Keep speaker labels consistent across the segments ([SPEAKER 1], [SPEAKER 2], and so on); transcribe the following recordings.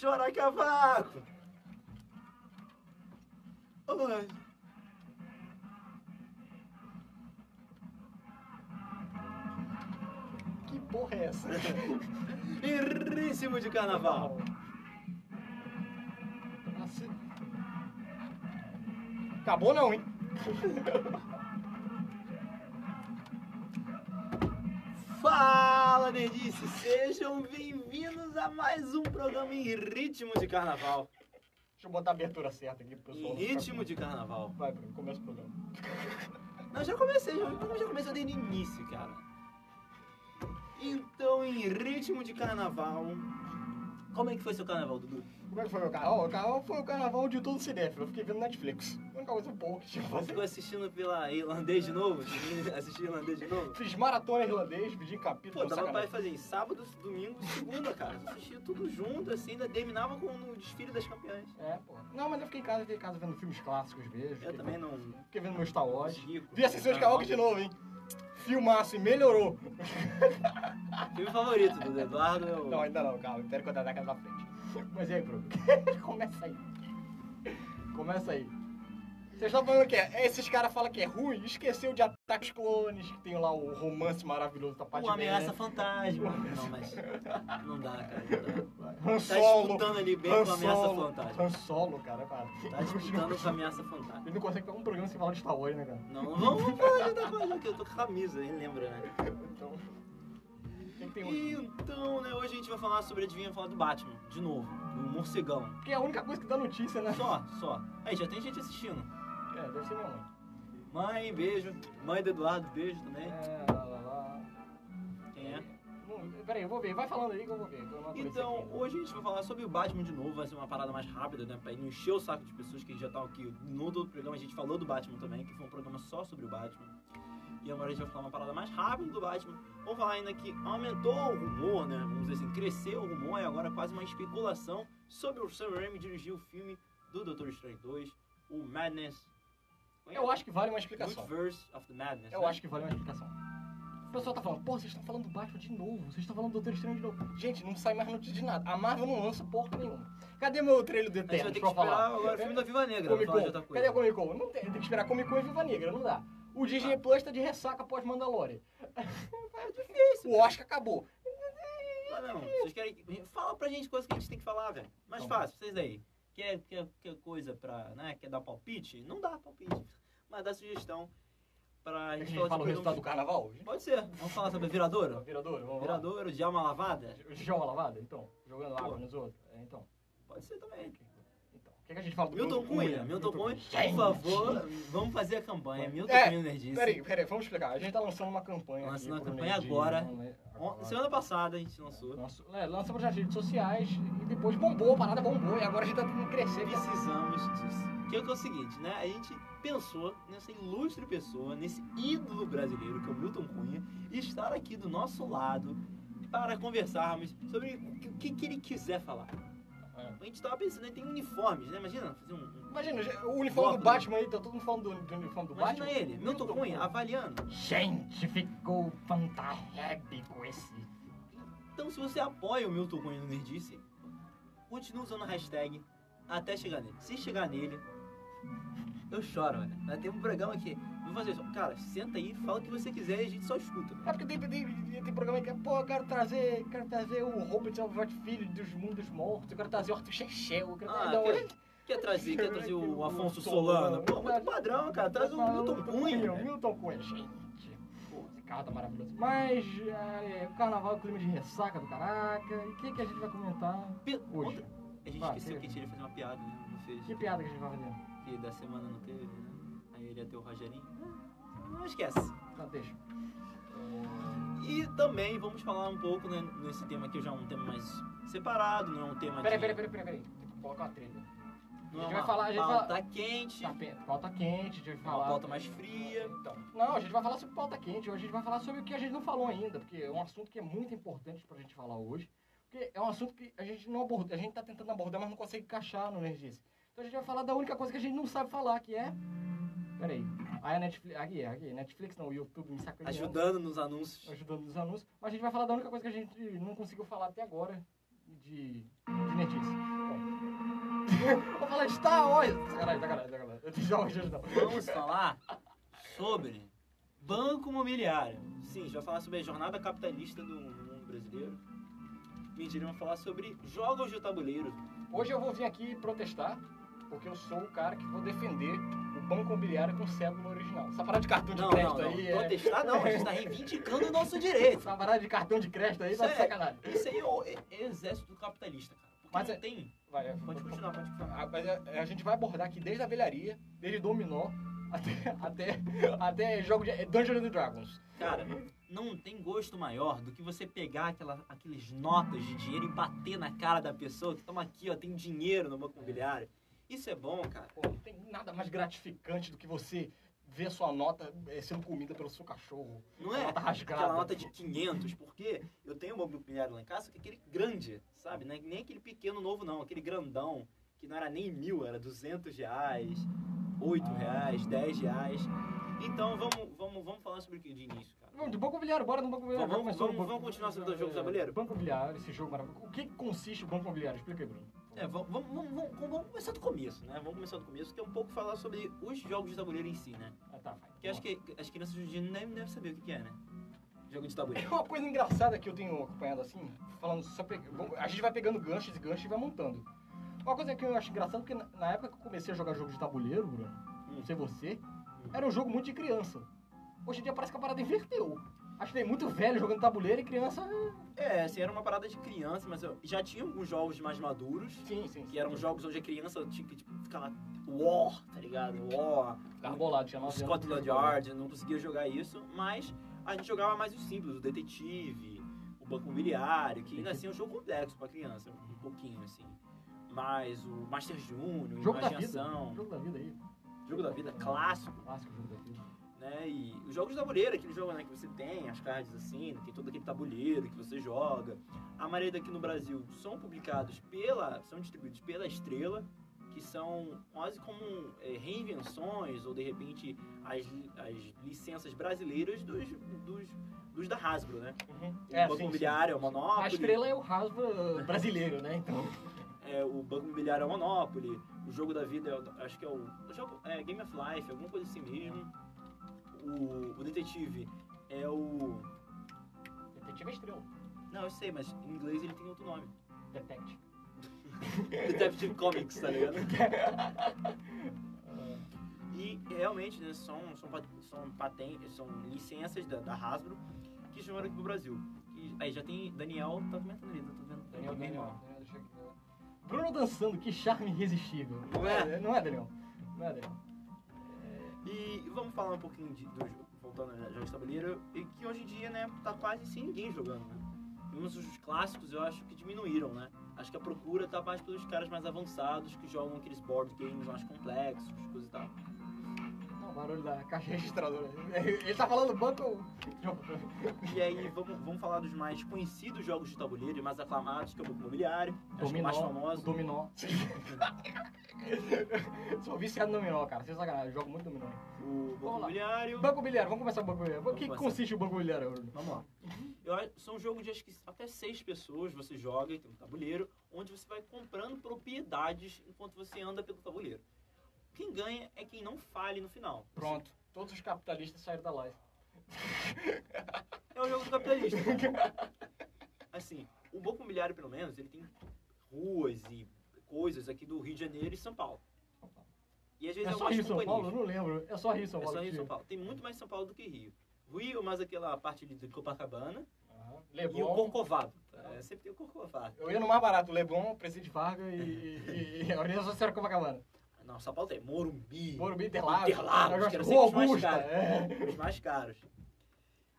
[SPEAKER 1] Chora cavaco! Oi.
[SPEAKER 2] Que porra é essa?
[SPEAKER 1] Irríssimo de carnaval!
[SPEAKER 2] Nossa. Acabou não, hein?
[SPEAKER 1] Fala, nerdice! Sejam bem-vindos a mais um programa em ritmo de carnaval.
[SPEAKER 2] Deixa eu botar a abertura certa aqui pro pessoal.
[SPEAKER 1] Em ritmo de carnaval.
[SPEAKER 2] Vai, Bruno, começa o programa.
[SPEAKER 1] Não, já comecei, já, eu já comecei desde o início, cara. Então, em ritmo de carnaval... Como é que foi seu carnaval, Dudu?
[SPEAKER 2] Como é que foi meu carnaval? O carnaval foi o carnaval de todo cinéfilo. Eu fiquei vendo Netflix. A única coisa boa que tinha que
[SPEAKER 1] Você
[SPEAKER 2] fazer.
[SPEAKER 1] ficou assistindo pela irlandês de novo? Assistir irlandês de novo?
[SPEAKER 2] Fiz maratona irlandês, pedi em capítulo.
[SPEAKER 1] Pô, dava pra
[SPEAKER 2] sacanagem.
[SPEAKER 1] fazer em assim, sábado, domingo, segunda, cara. Eu assistia tudo junto, assim, ainda terminava com o desfile das campeãs.
[SPEAKER 2] É, pô. Não, mas eu fiquei em casa, fiquei em casa vendo filmes clássicos mesmo.
[SPEAKER 1] Eu
[SPEAKER 2] fiquei-
[SPEAKER 1] também não.
[SPEAKER 2] Fiquei vendo meu Star Wars.
[SPEAKER 1] Rico.
[SPEAKER 2] Vi a sessão de karaoke de novo, hein? Filmaço e melhorou.
[SPEAKER 1] Filme favorito do Eduardo é o.
[SPEAKER 2] Não, ainda não, calma. Espero que eu dar aquela na frente. Mas e aí, Bruno? Começa aí. Começa aí. Vocês estão falando que é, esses caras falam que é ruim, esqueceu de Ataques Clones, que tem lá o romance maravilhoso da Padmé.
[SPEAKER 1] Uma ameaça fantasma. Não, mas. Não dá, cara. Não dá.
[SPEAKER 2] Han
[SPEAKER 1] Tá
[SPEAKER 2] Solo.
[SPEAKER 1] disputando ali bem
[SPEAKER 2] Han
[SPEAKER 1] com a ameaça
[SPEAKER 2] Solo.
[SPEAKER 1] fantasma.
[SPEAKER 2] Han Solo, cara, cara.
[SPEAKER 1] Tá disputando com a ameaça fantasma.
[SPEAKER 2] Ele não consegue pegar um programa sem falar de Star Wars, né, cara?
[SPEAKER 1] Não, não vamos vamos falar de outra coisa aqui. Eu tô com a camisa, nem lembra, né?
[SPEAKER 2] Então... Tem que ter um...
[SPEAKER 1] Então, né, hoje a gente vai falar sobre, adivinha, falar do Batman, de novo, do morcegão.
[SPEAKER 2] Porque é a única coisa que dá notícia, né?
[SPEAKER 1] Só, só. Aí, já tem gente assistindo.
[SPEAKER 2] É, deve ser minha mãe.
[SPEAKER 1] Mãe, beijo. Mãe do Eduardo, beijo também.
[SPEAKER 2] É, lá, lá, lá.
[SPEAKER 1] Quem é?
[SPEAKER 2] Não, peraí, eu vou ver. Vai falando aí que eu vou ver. que eu não apareci
[SPEAKER 1] Então,
[SPEAKER 2] aqui.
[SPEAKER 1] hoje a gente vai falar sobre o Batman de novo, vai ser uma parada mais rápida, né? Pra não encher o saco de pessoas que já estavam aqui. No outro programa a gente falou do Batman também, que foi um programa só sobre o Batman. E agora a gente vai falar uma parada mais rápida do Batman. Vamos falar ainda que aumentou o rumor, né? Vamos dizer assim, cresceu o rumor e agora é quase uma especulação sobre o Sam Raimi dirigir o filme do Doutor Estranho 2, o Madness.
[SPEAKER 2] Eu acho que vale uma explicação.
[SPEAKER 1] Multiverse of the Madness.
[SPEAKER 2] Eu
[SPEAKER 1] né?
[SPEAKER 2] acho que vale uma explicação. O pessoal tá falando, pô, vocês estão falando do Batman de novo, vocês estão falando do Doutor Estranho de novo. Gente, não sai mais notícia de nada. A Marvel não lança porra nenhuma. Cadê meu trailer do
[SPEAKER 1] A gente vai
[SPEAKER 2] Eternos
[SPEAKER 1] ter que
[SPEAKER 2] pra
[SPEAKER 1] esperar
[SPEAKER 2] é falar?
[SPEAKER 1] agora o filme da Viva Negra, pra
[SPEAKER 2] Comic
[SPEAKER 1] falar de outra
[SPEAKER 2] Con. Cadê a
[SPEAKER 1] coisa.
[SPEAKER 2] Comic Con? Não tem, tem que esperar Comic Con e Viva Negra, não dá. O Disney Plus tá de ressaca pós Mandalorian.
[SPEAKER 1] É difícil.
[SPEAKER 2] O Oscar acabou.
[SPEAKER 1] Ah, não, vocês querem. Fala pra gente coisa que a gente tem que falar, velho. Mais
[SPEAKER 2] Então.
[SPEAKER 1] fácil, vocês aí. Quer, quer, quer coisa pra. né? Quer dar palpite? Não dá palpite. Mas dá sugestão pra
[SPEAKER 2] A
[SPEAKER 1] gente
[SPEAKER 2] gente
[SPEAKER 1] falar
[SPEAKER 2] fala o
[SPEAKER 1] sobre.
[SPEAKER 2] resultado do carnaval hoje?
[SPEAKER 1] Pode ser. Vamos falar sobre viradouro?
[SPEAKER 2] Virador, vamos lá. É,
[SPEAKER 1] Viradouro de alma lavada?
[SPEAKER 2] Joga lavada, então. Jogando
[SPEAKER 1] Pô.
[SPEAKER 2] água nos outros. É, então.
[SPEAKER 1] Pode ser também.
[SPEAKER 2] Então, o que, que a gente fala do
[SPEAKER 1] Milton
[SPEAKER 2] Bruno
[SPEAKER 1] Cunha, Milton Cunha, por
[SPEAKER 2] Gente!
[SPEAKER 1] favor, vamos fazer a campanha. Milton
[SPEAKER 2] É,
[SPEAKER 1] Cunha Nerdice.
[SPEAKER 2] Peraí, peraí, vamos explicar. A gente tá lançando uma campanha.
[SPEAKER 1] Lançando uma
[SPEAKER 2] aqui pro
[SPEAKER 1] campanha
[SPEAKER 2] meio de-
[SPEAKER 1] agora.
[SPEAKER 2] não, né,
[SPEAKER 1] On-
[SPEAKER 2] agora.
[SPEAKER 1] Semana passada a gente lançou.
[SPEAKER 2] Nosso, é, lançamos nas redes sociais e depois bombou, a parada bombou. E agora a gente tá tentando crescer. porque-
[SPEAKER 1] Precisamos disso. Que é o que é o seguinte, né? A gente pensou nessa ilustre pessoa, nesse ídolo brasileiro que é o Milton Cunha, e estar aqui do nosso lado para conversarmos sobre o que- o que, que ele quiser falar.
[SPEAKER 2] É.
[SPEAKER 1] A gente tava pensando, né? tem uniformes, né? Imagina fazer um. um-
[SPEAKER 2] Imagina, gente, o uniforme
[SPEAKER 1] Bota,
[SPEAKER 2] do Batman aí, tá todo mundo falando do, do uniforme do
[SPEAKER 1] Imagina
[SPEAKER 2] Batman.
[SPEAKER 1] ele, Milton Cunha, avaliando.
[SPEAKER 2] Gente, ficou fantástico esse.
[SPEAKER 1] Então, se você apoia o Milton Cunha no Nerdice, continue usando a hashtag até chegar nele. Se chegar nele, eu choro, olha. Nós temos um programa aqui. Vamos fazer isso. Cara, senta aí, fala o que você quiser e a gente só escuta.
[SPEAKER 2] É porque tem, tem, tem programa que é, pô, eu quero trazer, quero trazer o Robert Salvat Filho dos Mundos Mortos, eu quero trazer o Arthur Chechel, eu quero
[SPEAKER 1] Ah,
[SPEAKER 2] trazer...
[SPEAKER 1] quer- Quer trazer, quer trazer o Afonso Solano. Pô, muito padrão, cara. Traz o Milton Cunha.
[SPEAKER 2] O
[SPEAKER 1] né?
[SPEAKER 2] um Milton Cunha, gente.
[SPEAKER 1] Pô,
[SPEAKER 2] Esse carro tá maravilhoso. Mas é, o carnaval é um clima de ressaca do caraca. E o que, que a gente vai comentar
[SPEAKER 1] pe-
[SPEAKER 2] hoje?
[SPEAKER 1] ontem- A gente
[SPEAKER 2] Ah,
[SPEAKER 1] esqueceu
[SPEAKER 2] que-
[SPEAKER 1] que a gente ia fazer uma piada, né? Não fez.
[SPEAKER 2] Que piada que a gente vai fazer?
[SPEAKER 1] Que da semana não teve, né? Aí ele ia ter o Rogerinho. Ah, Não esquece.
[SPEAKER 2] Tá, deixa.
[SPEAKER 1] E também vamos falar um pouco né, nesse tema que já é um tema mais separado, não é um tema
[SPEAKER 2] Peraí,
[SPEAKER 1] de...
[SPEAKER 2] peraí, peraí, peraí. peraí. Vou colocar uma trilha.
[SPEAKER 1] Não é
[SPEAKER 2] A gente
[SPEAKER 1] uma
[SPEAKER 2] vai falar, a gente vai-
[SPEAKER 1] pauta quente,
[SPEAKER 2] Tá, pe- pauta quente, a gente vai
[SPEAKER 1] é uma
[SPEAKER 2] falar...
[SPEAKER 1] pauta mais fria.
[SPEAKER 2] Então, não, a gente vai falar sobre pauta quente, hoje a gente vai falar sobre o que a gente não falou ainda, porque é um assunto que é muito importante pra gente falar hoje, porque é um assunto que a gente não abordou, a gente tá tentando abordar, mas não consegue encaixar no Nerdice. Então a gente vai falar da única coisa que a gente não sabe falar, que é... Peraí, aí a Netflix, aqui, aqui, Netflix não, o YouTube me sacaneando,
[SPEAKER 1] Ajudando nos anúncios.
[SPEAKER 2] ajudando nos anúncios, mas a gente vai falar da única coisa que a gente não conseguiu falar até agora, de, de nerdice. Bom. Vou falar de Star Wars. tá Sacanagem, sacanagem, sacanagem. Eu disse, não, Jesus, não.
[SPEAKER 1] Vamos falar sobre banco imobiliário. Sim, a gente vai falar sobre a jornada capitalista do mundo brasileiro. Mentira, vamos falar sobre jogos de tabuleiro.
[SPEAKER 2] Hoje eu vou vir aqui protestar, porque eu sou o cara que vou defender o banco imobiliário com cédula original. Essa parada de cartão de
[SPEAKER 1] Não,
[SPEAKER 2] crédito
[SPEAKER 1] não, não.
[SPEAKER 2] aí é...
[SPEAKER 1] Protestar não, a gente tá reivindicando o nosso direito.
[SPEAKER 2] Essa parada de cartão de crédito aí tá de
[SPEAKER 1] Isso é-
[SPEAKER 2] sacanagem.
[SPEAKER 1] Isso aí é o é- é exército do capitalista, cara. Porque
[SPEAKER 2] Mas
[SPEAKER 1] não
[SPEAKER 2] é-
[SPEAKER 1] tem.
[SPEAKER 2] Vai, é,
[SPEAKER 1] Pode continuar, pode continuar.
[SPEAKER 2] Ah, Mas a, a gente vai abordar aqui desde a velharia, desde dominó, até, até, até jogo de Dungeons and Dragons.
[SPEAKER 1] Cara, não tem gosto maior do que você pegar aquela, aqueles notas de dinheiro e bater na cara da pessoa que toma aqui, ó, tem dinheiro no banco imobiliário. Isso é bom, cara.
[SPEAKER 2] Pô, não tem nada mais gratificante do que você ver a sua nota eh, sendo comida pelo seu cachorro.
[SPEAKER 1] Não é
[SPEAKER 2] Aquela nota rasgada.
[SPEAKER 1] aquela nota de 500, porque eu tenho um banco imobiliário lá em casa que é aquele grande, sabe? Não é nem aquele pequeno novo, não. Aquele grandão, que não era nem mil, era 200 reais, 8 reais, 10 reais. Então, vamos, vamos, vamos falar sobre o que de início, cara.
[SPEAKER 2] Vamos de Banco Imobiliário, bora no Banco Imobiliário.
[SPEAKER 1] Vamos-
[SPEAKER 2] começar no
[SPEAKER 1] vamos-
[SPEAKER 2] Banco-
[SPEAKER 1] vamos continuar sobre o jogo de tabuleiro?
[SPEAKER 2] Banco Imobiliário, esse jogo maravilhoso. O que consiste o Banco Imobiliário? Explica aí, Bruno.
[SPEAKER 1] É, vamos, vamos, vamos- vamos- vamos começar do começo, né? Vamos começar do começo, que é um pouco falar sobre os jogos de tabuleiro em si, né?
[SPEAKER 2] Ah, tá, vai.
[SPEAKER 1] Porque acho que as crianças hoje em dia nem devem saber o que que é, né? Jogo de tabuleiro.
[SPEAKER 2] Uma coisa engraçada que eu tenho acompanhado assim, falando só pe- bom, a gente vai pegando ganchos e ganchos e vai montando. Uma coisa que eu acho engraçado, porque na- na época que eu comecei a jogar jogo de tabuleiro, Bruno,
[SPEAKER 1] Hum.
[SPEAKER 2] não sei você, era um jogo muito de criança. Hoje em dia parece que a parada inverteu. Acho que tem muito velho jogando tabuleiro e criança. né?
[SPEAKER 1] É, assim, era uma parada de criança, mas eu já tinha alguns jogos mais maduros,
[SPEAKER 2] Sim, sim.
[SPEAKER 1] que eram jogos onde a criança tinha que, tipo, ficar lá, War, tá ligado? War,
[SPEAKER 2] Carbolado, tinha
[SPEAKER 1] o
[SPEAKER 2] 9 anos.
[SPEAKER 1] Scotland Yard, eu não conseguia jogar isso, mas a gente jogava mais os simples, o Detetive, o Banco Imobiliário, que ainda assim é um jogo complexo pra criança, um pouquinho, assim. Mas o Master Júnior,
[SPEAKER 2] né? Jogo da vida.
[SPEAKER 1] Imaginação,
[SPEAKER 2] Jogo da vida aí.
[SPEAKER 1] Jogo da Vida clássico,
[SPEAKER 2] Clássico jogo da vida.
[SPEAKER 1] né? E os jogos de tabuleiro, aquele jogo né, que você tem, as cards assim, tem todo aquele tabuleiro que você joga. A maioria daqui no Brasil são publicados pela. são distribuídos pela estrela, que são quase como eh, reinvenções, ou de repente as, li- as licenças brasileiras dos, dos, dos da Hasbro, né? O
[SPEAKER 2] É,
[SPEAKER 1] Banco
[SPEAKER 2] sim, sim.
[SPEAKER 1] Imobiliário é o
[SPEAKER 2] A
[SPEAKER 1] Monopoly.
[SPEAKER 2] estrela é o rasva brasileiro, né? Então.
[SPEAKER 1] é, o Banco Imobiliário é o Monopoly, o Jogo da Vida, é o- acho que é o, o jogo, é, Game of Life, alguma coisa assim mesmo. O, o Detetive é o...
[SPEAKER 2] Detetive é estrela.
[SPEAKER 1] Não, eu sei, mas em inglês ele tem outro nome.
[SPEAKER 2] Detective.
[SPEAKER 1] Detective Comics, tá ligado? E realmente, né, são, são, pat- são patentes, são licenças da, da Hasbro que chegaram aqui pro Brasil. E aí já tem Daniel, tá comentando ali, tá vendo? meu
[SPEAKER 2] Daniel, Daniel,
[SPEAKER 1] irmão.
[SPEAKER 2] Daniel, deixa eu- Bruno dançando, que charme irresistível.
[SPEAKER 1] Não é?
[SPEAKER 2] Não é, Daniel. Não é, Daniel.
[SPEAKER 1] E vamos falar um pouquinho de, do jogo, voltando né, jogos de tabuleiro, e que hoje em dia, né, tá quase sem ninguém jogando, né? E uns dos clássicos eu acho que diminuíram, né? Acho que a procura tá mais pelos caras mais avançados que jogam aqueles board games mais complexos, coisa e tal.
[SPEAKER 2] Não, o barulho da caixa registradora. Ele tá falando banco.
[SPEAKER 1] E aí, vamos, vamos falar dos mais conhecidos jogos de tabuleiro e mais aclamados, que é o Banco Imobiliário, acho que o mais famoso.
[SPEAKER 2] Dominó. Sou viciado no dominó, cara. Sem sacanagem, eu jogo muito dominó.
[SPEAKER 1] O Banco
[SPEAKER 2] Vamos lá.
[SPEAKER 1] Imobiliário.
[SPEAKER 2] Banco bilhar, vamos começar o banco bilhar. O
[SPEAKER 1] Vamos
[SPEAKER 2] que
[SPEAKER 1] começar.
[SPEAKER 2] consiste o banco bilhar, Bruno?
[SPEAKER 1] Vamos lá. Eu acho- são jogos de acho que até seis pessoas você joga, tem um tabuleiro, onde você vai comprando propriedades enquanto você anda pelo tabuleiro. Quem ganha é quem não fale no final.
[SPEAKER 2] Pronto. Todos os capitalistas saíram da live.
[SPEAKER 1] É o jogo do capitalista. cara. Assim, o Banco Imobiliário, pelo menos, ele tem ruas e coisas aqui do Rio de Janeiro e São Paulo. E às vezes
[SPEAKER 2] É só
[SPEAKER 1] algumas
[SPEAKER 2] Rio e São
[SPEAKER 1] companhias.
[SPEAKER 2] Paulo? Eu não lembro. É só Rio e São
[SPEAKER 1] É
[SPEAKER 2] Paulo.
[SPEAKER 1] só Rio e
[SPEAKER 2] que-
[SPEAKER 1] São Paulo. Tem muito mais São Paulo do que Rio. Rio, mais aquela parte ali de Copacabana.
[SPEAKER 2] Ah,
[SPEAKER 1] E o
[SPEAKER 2] Leblon.
[SPEAKER 1] Corcovado. É, sempre tem o Corcovado.
[SPEAKER 2] Eu ia no mais barato, Leblon, Presidente Vargas e, e, e a Organização Social Copacabana.
[SPEAKER 1] Não, São Paulo tem Morumbi.
[SPEAKER 2] Morumbi, Interlagos.
[SPEAKER 1] Interlagos,
[SPEAKER 2] Interlagos,
[SPEAKER 1] que era
[SPEAKER 2] Rua
[SPEAKER 1] sempre os mais
[SPEAKER 2] Augusta.
[SPEAKER 1] caros.
[SPEAKER 2] é.
[SPEAKER 1] Os mais caros.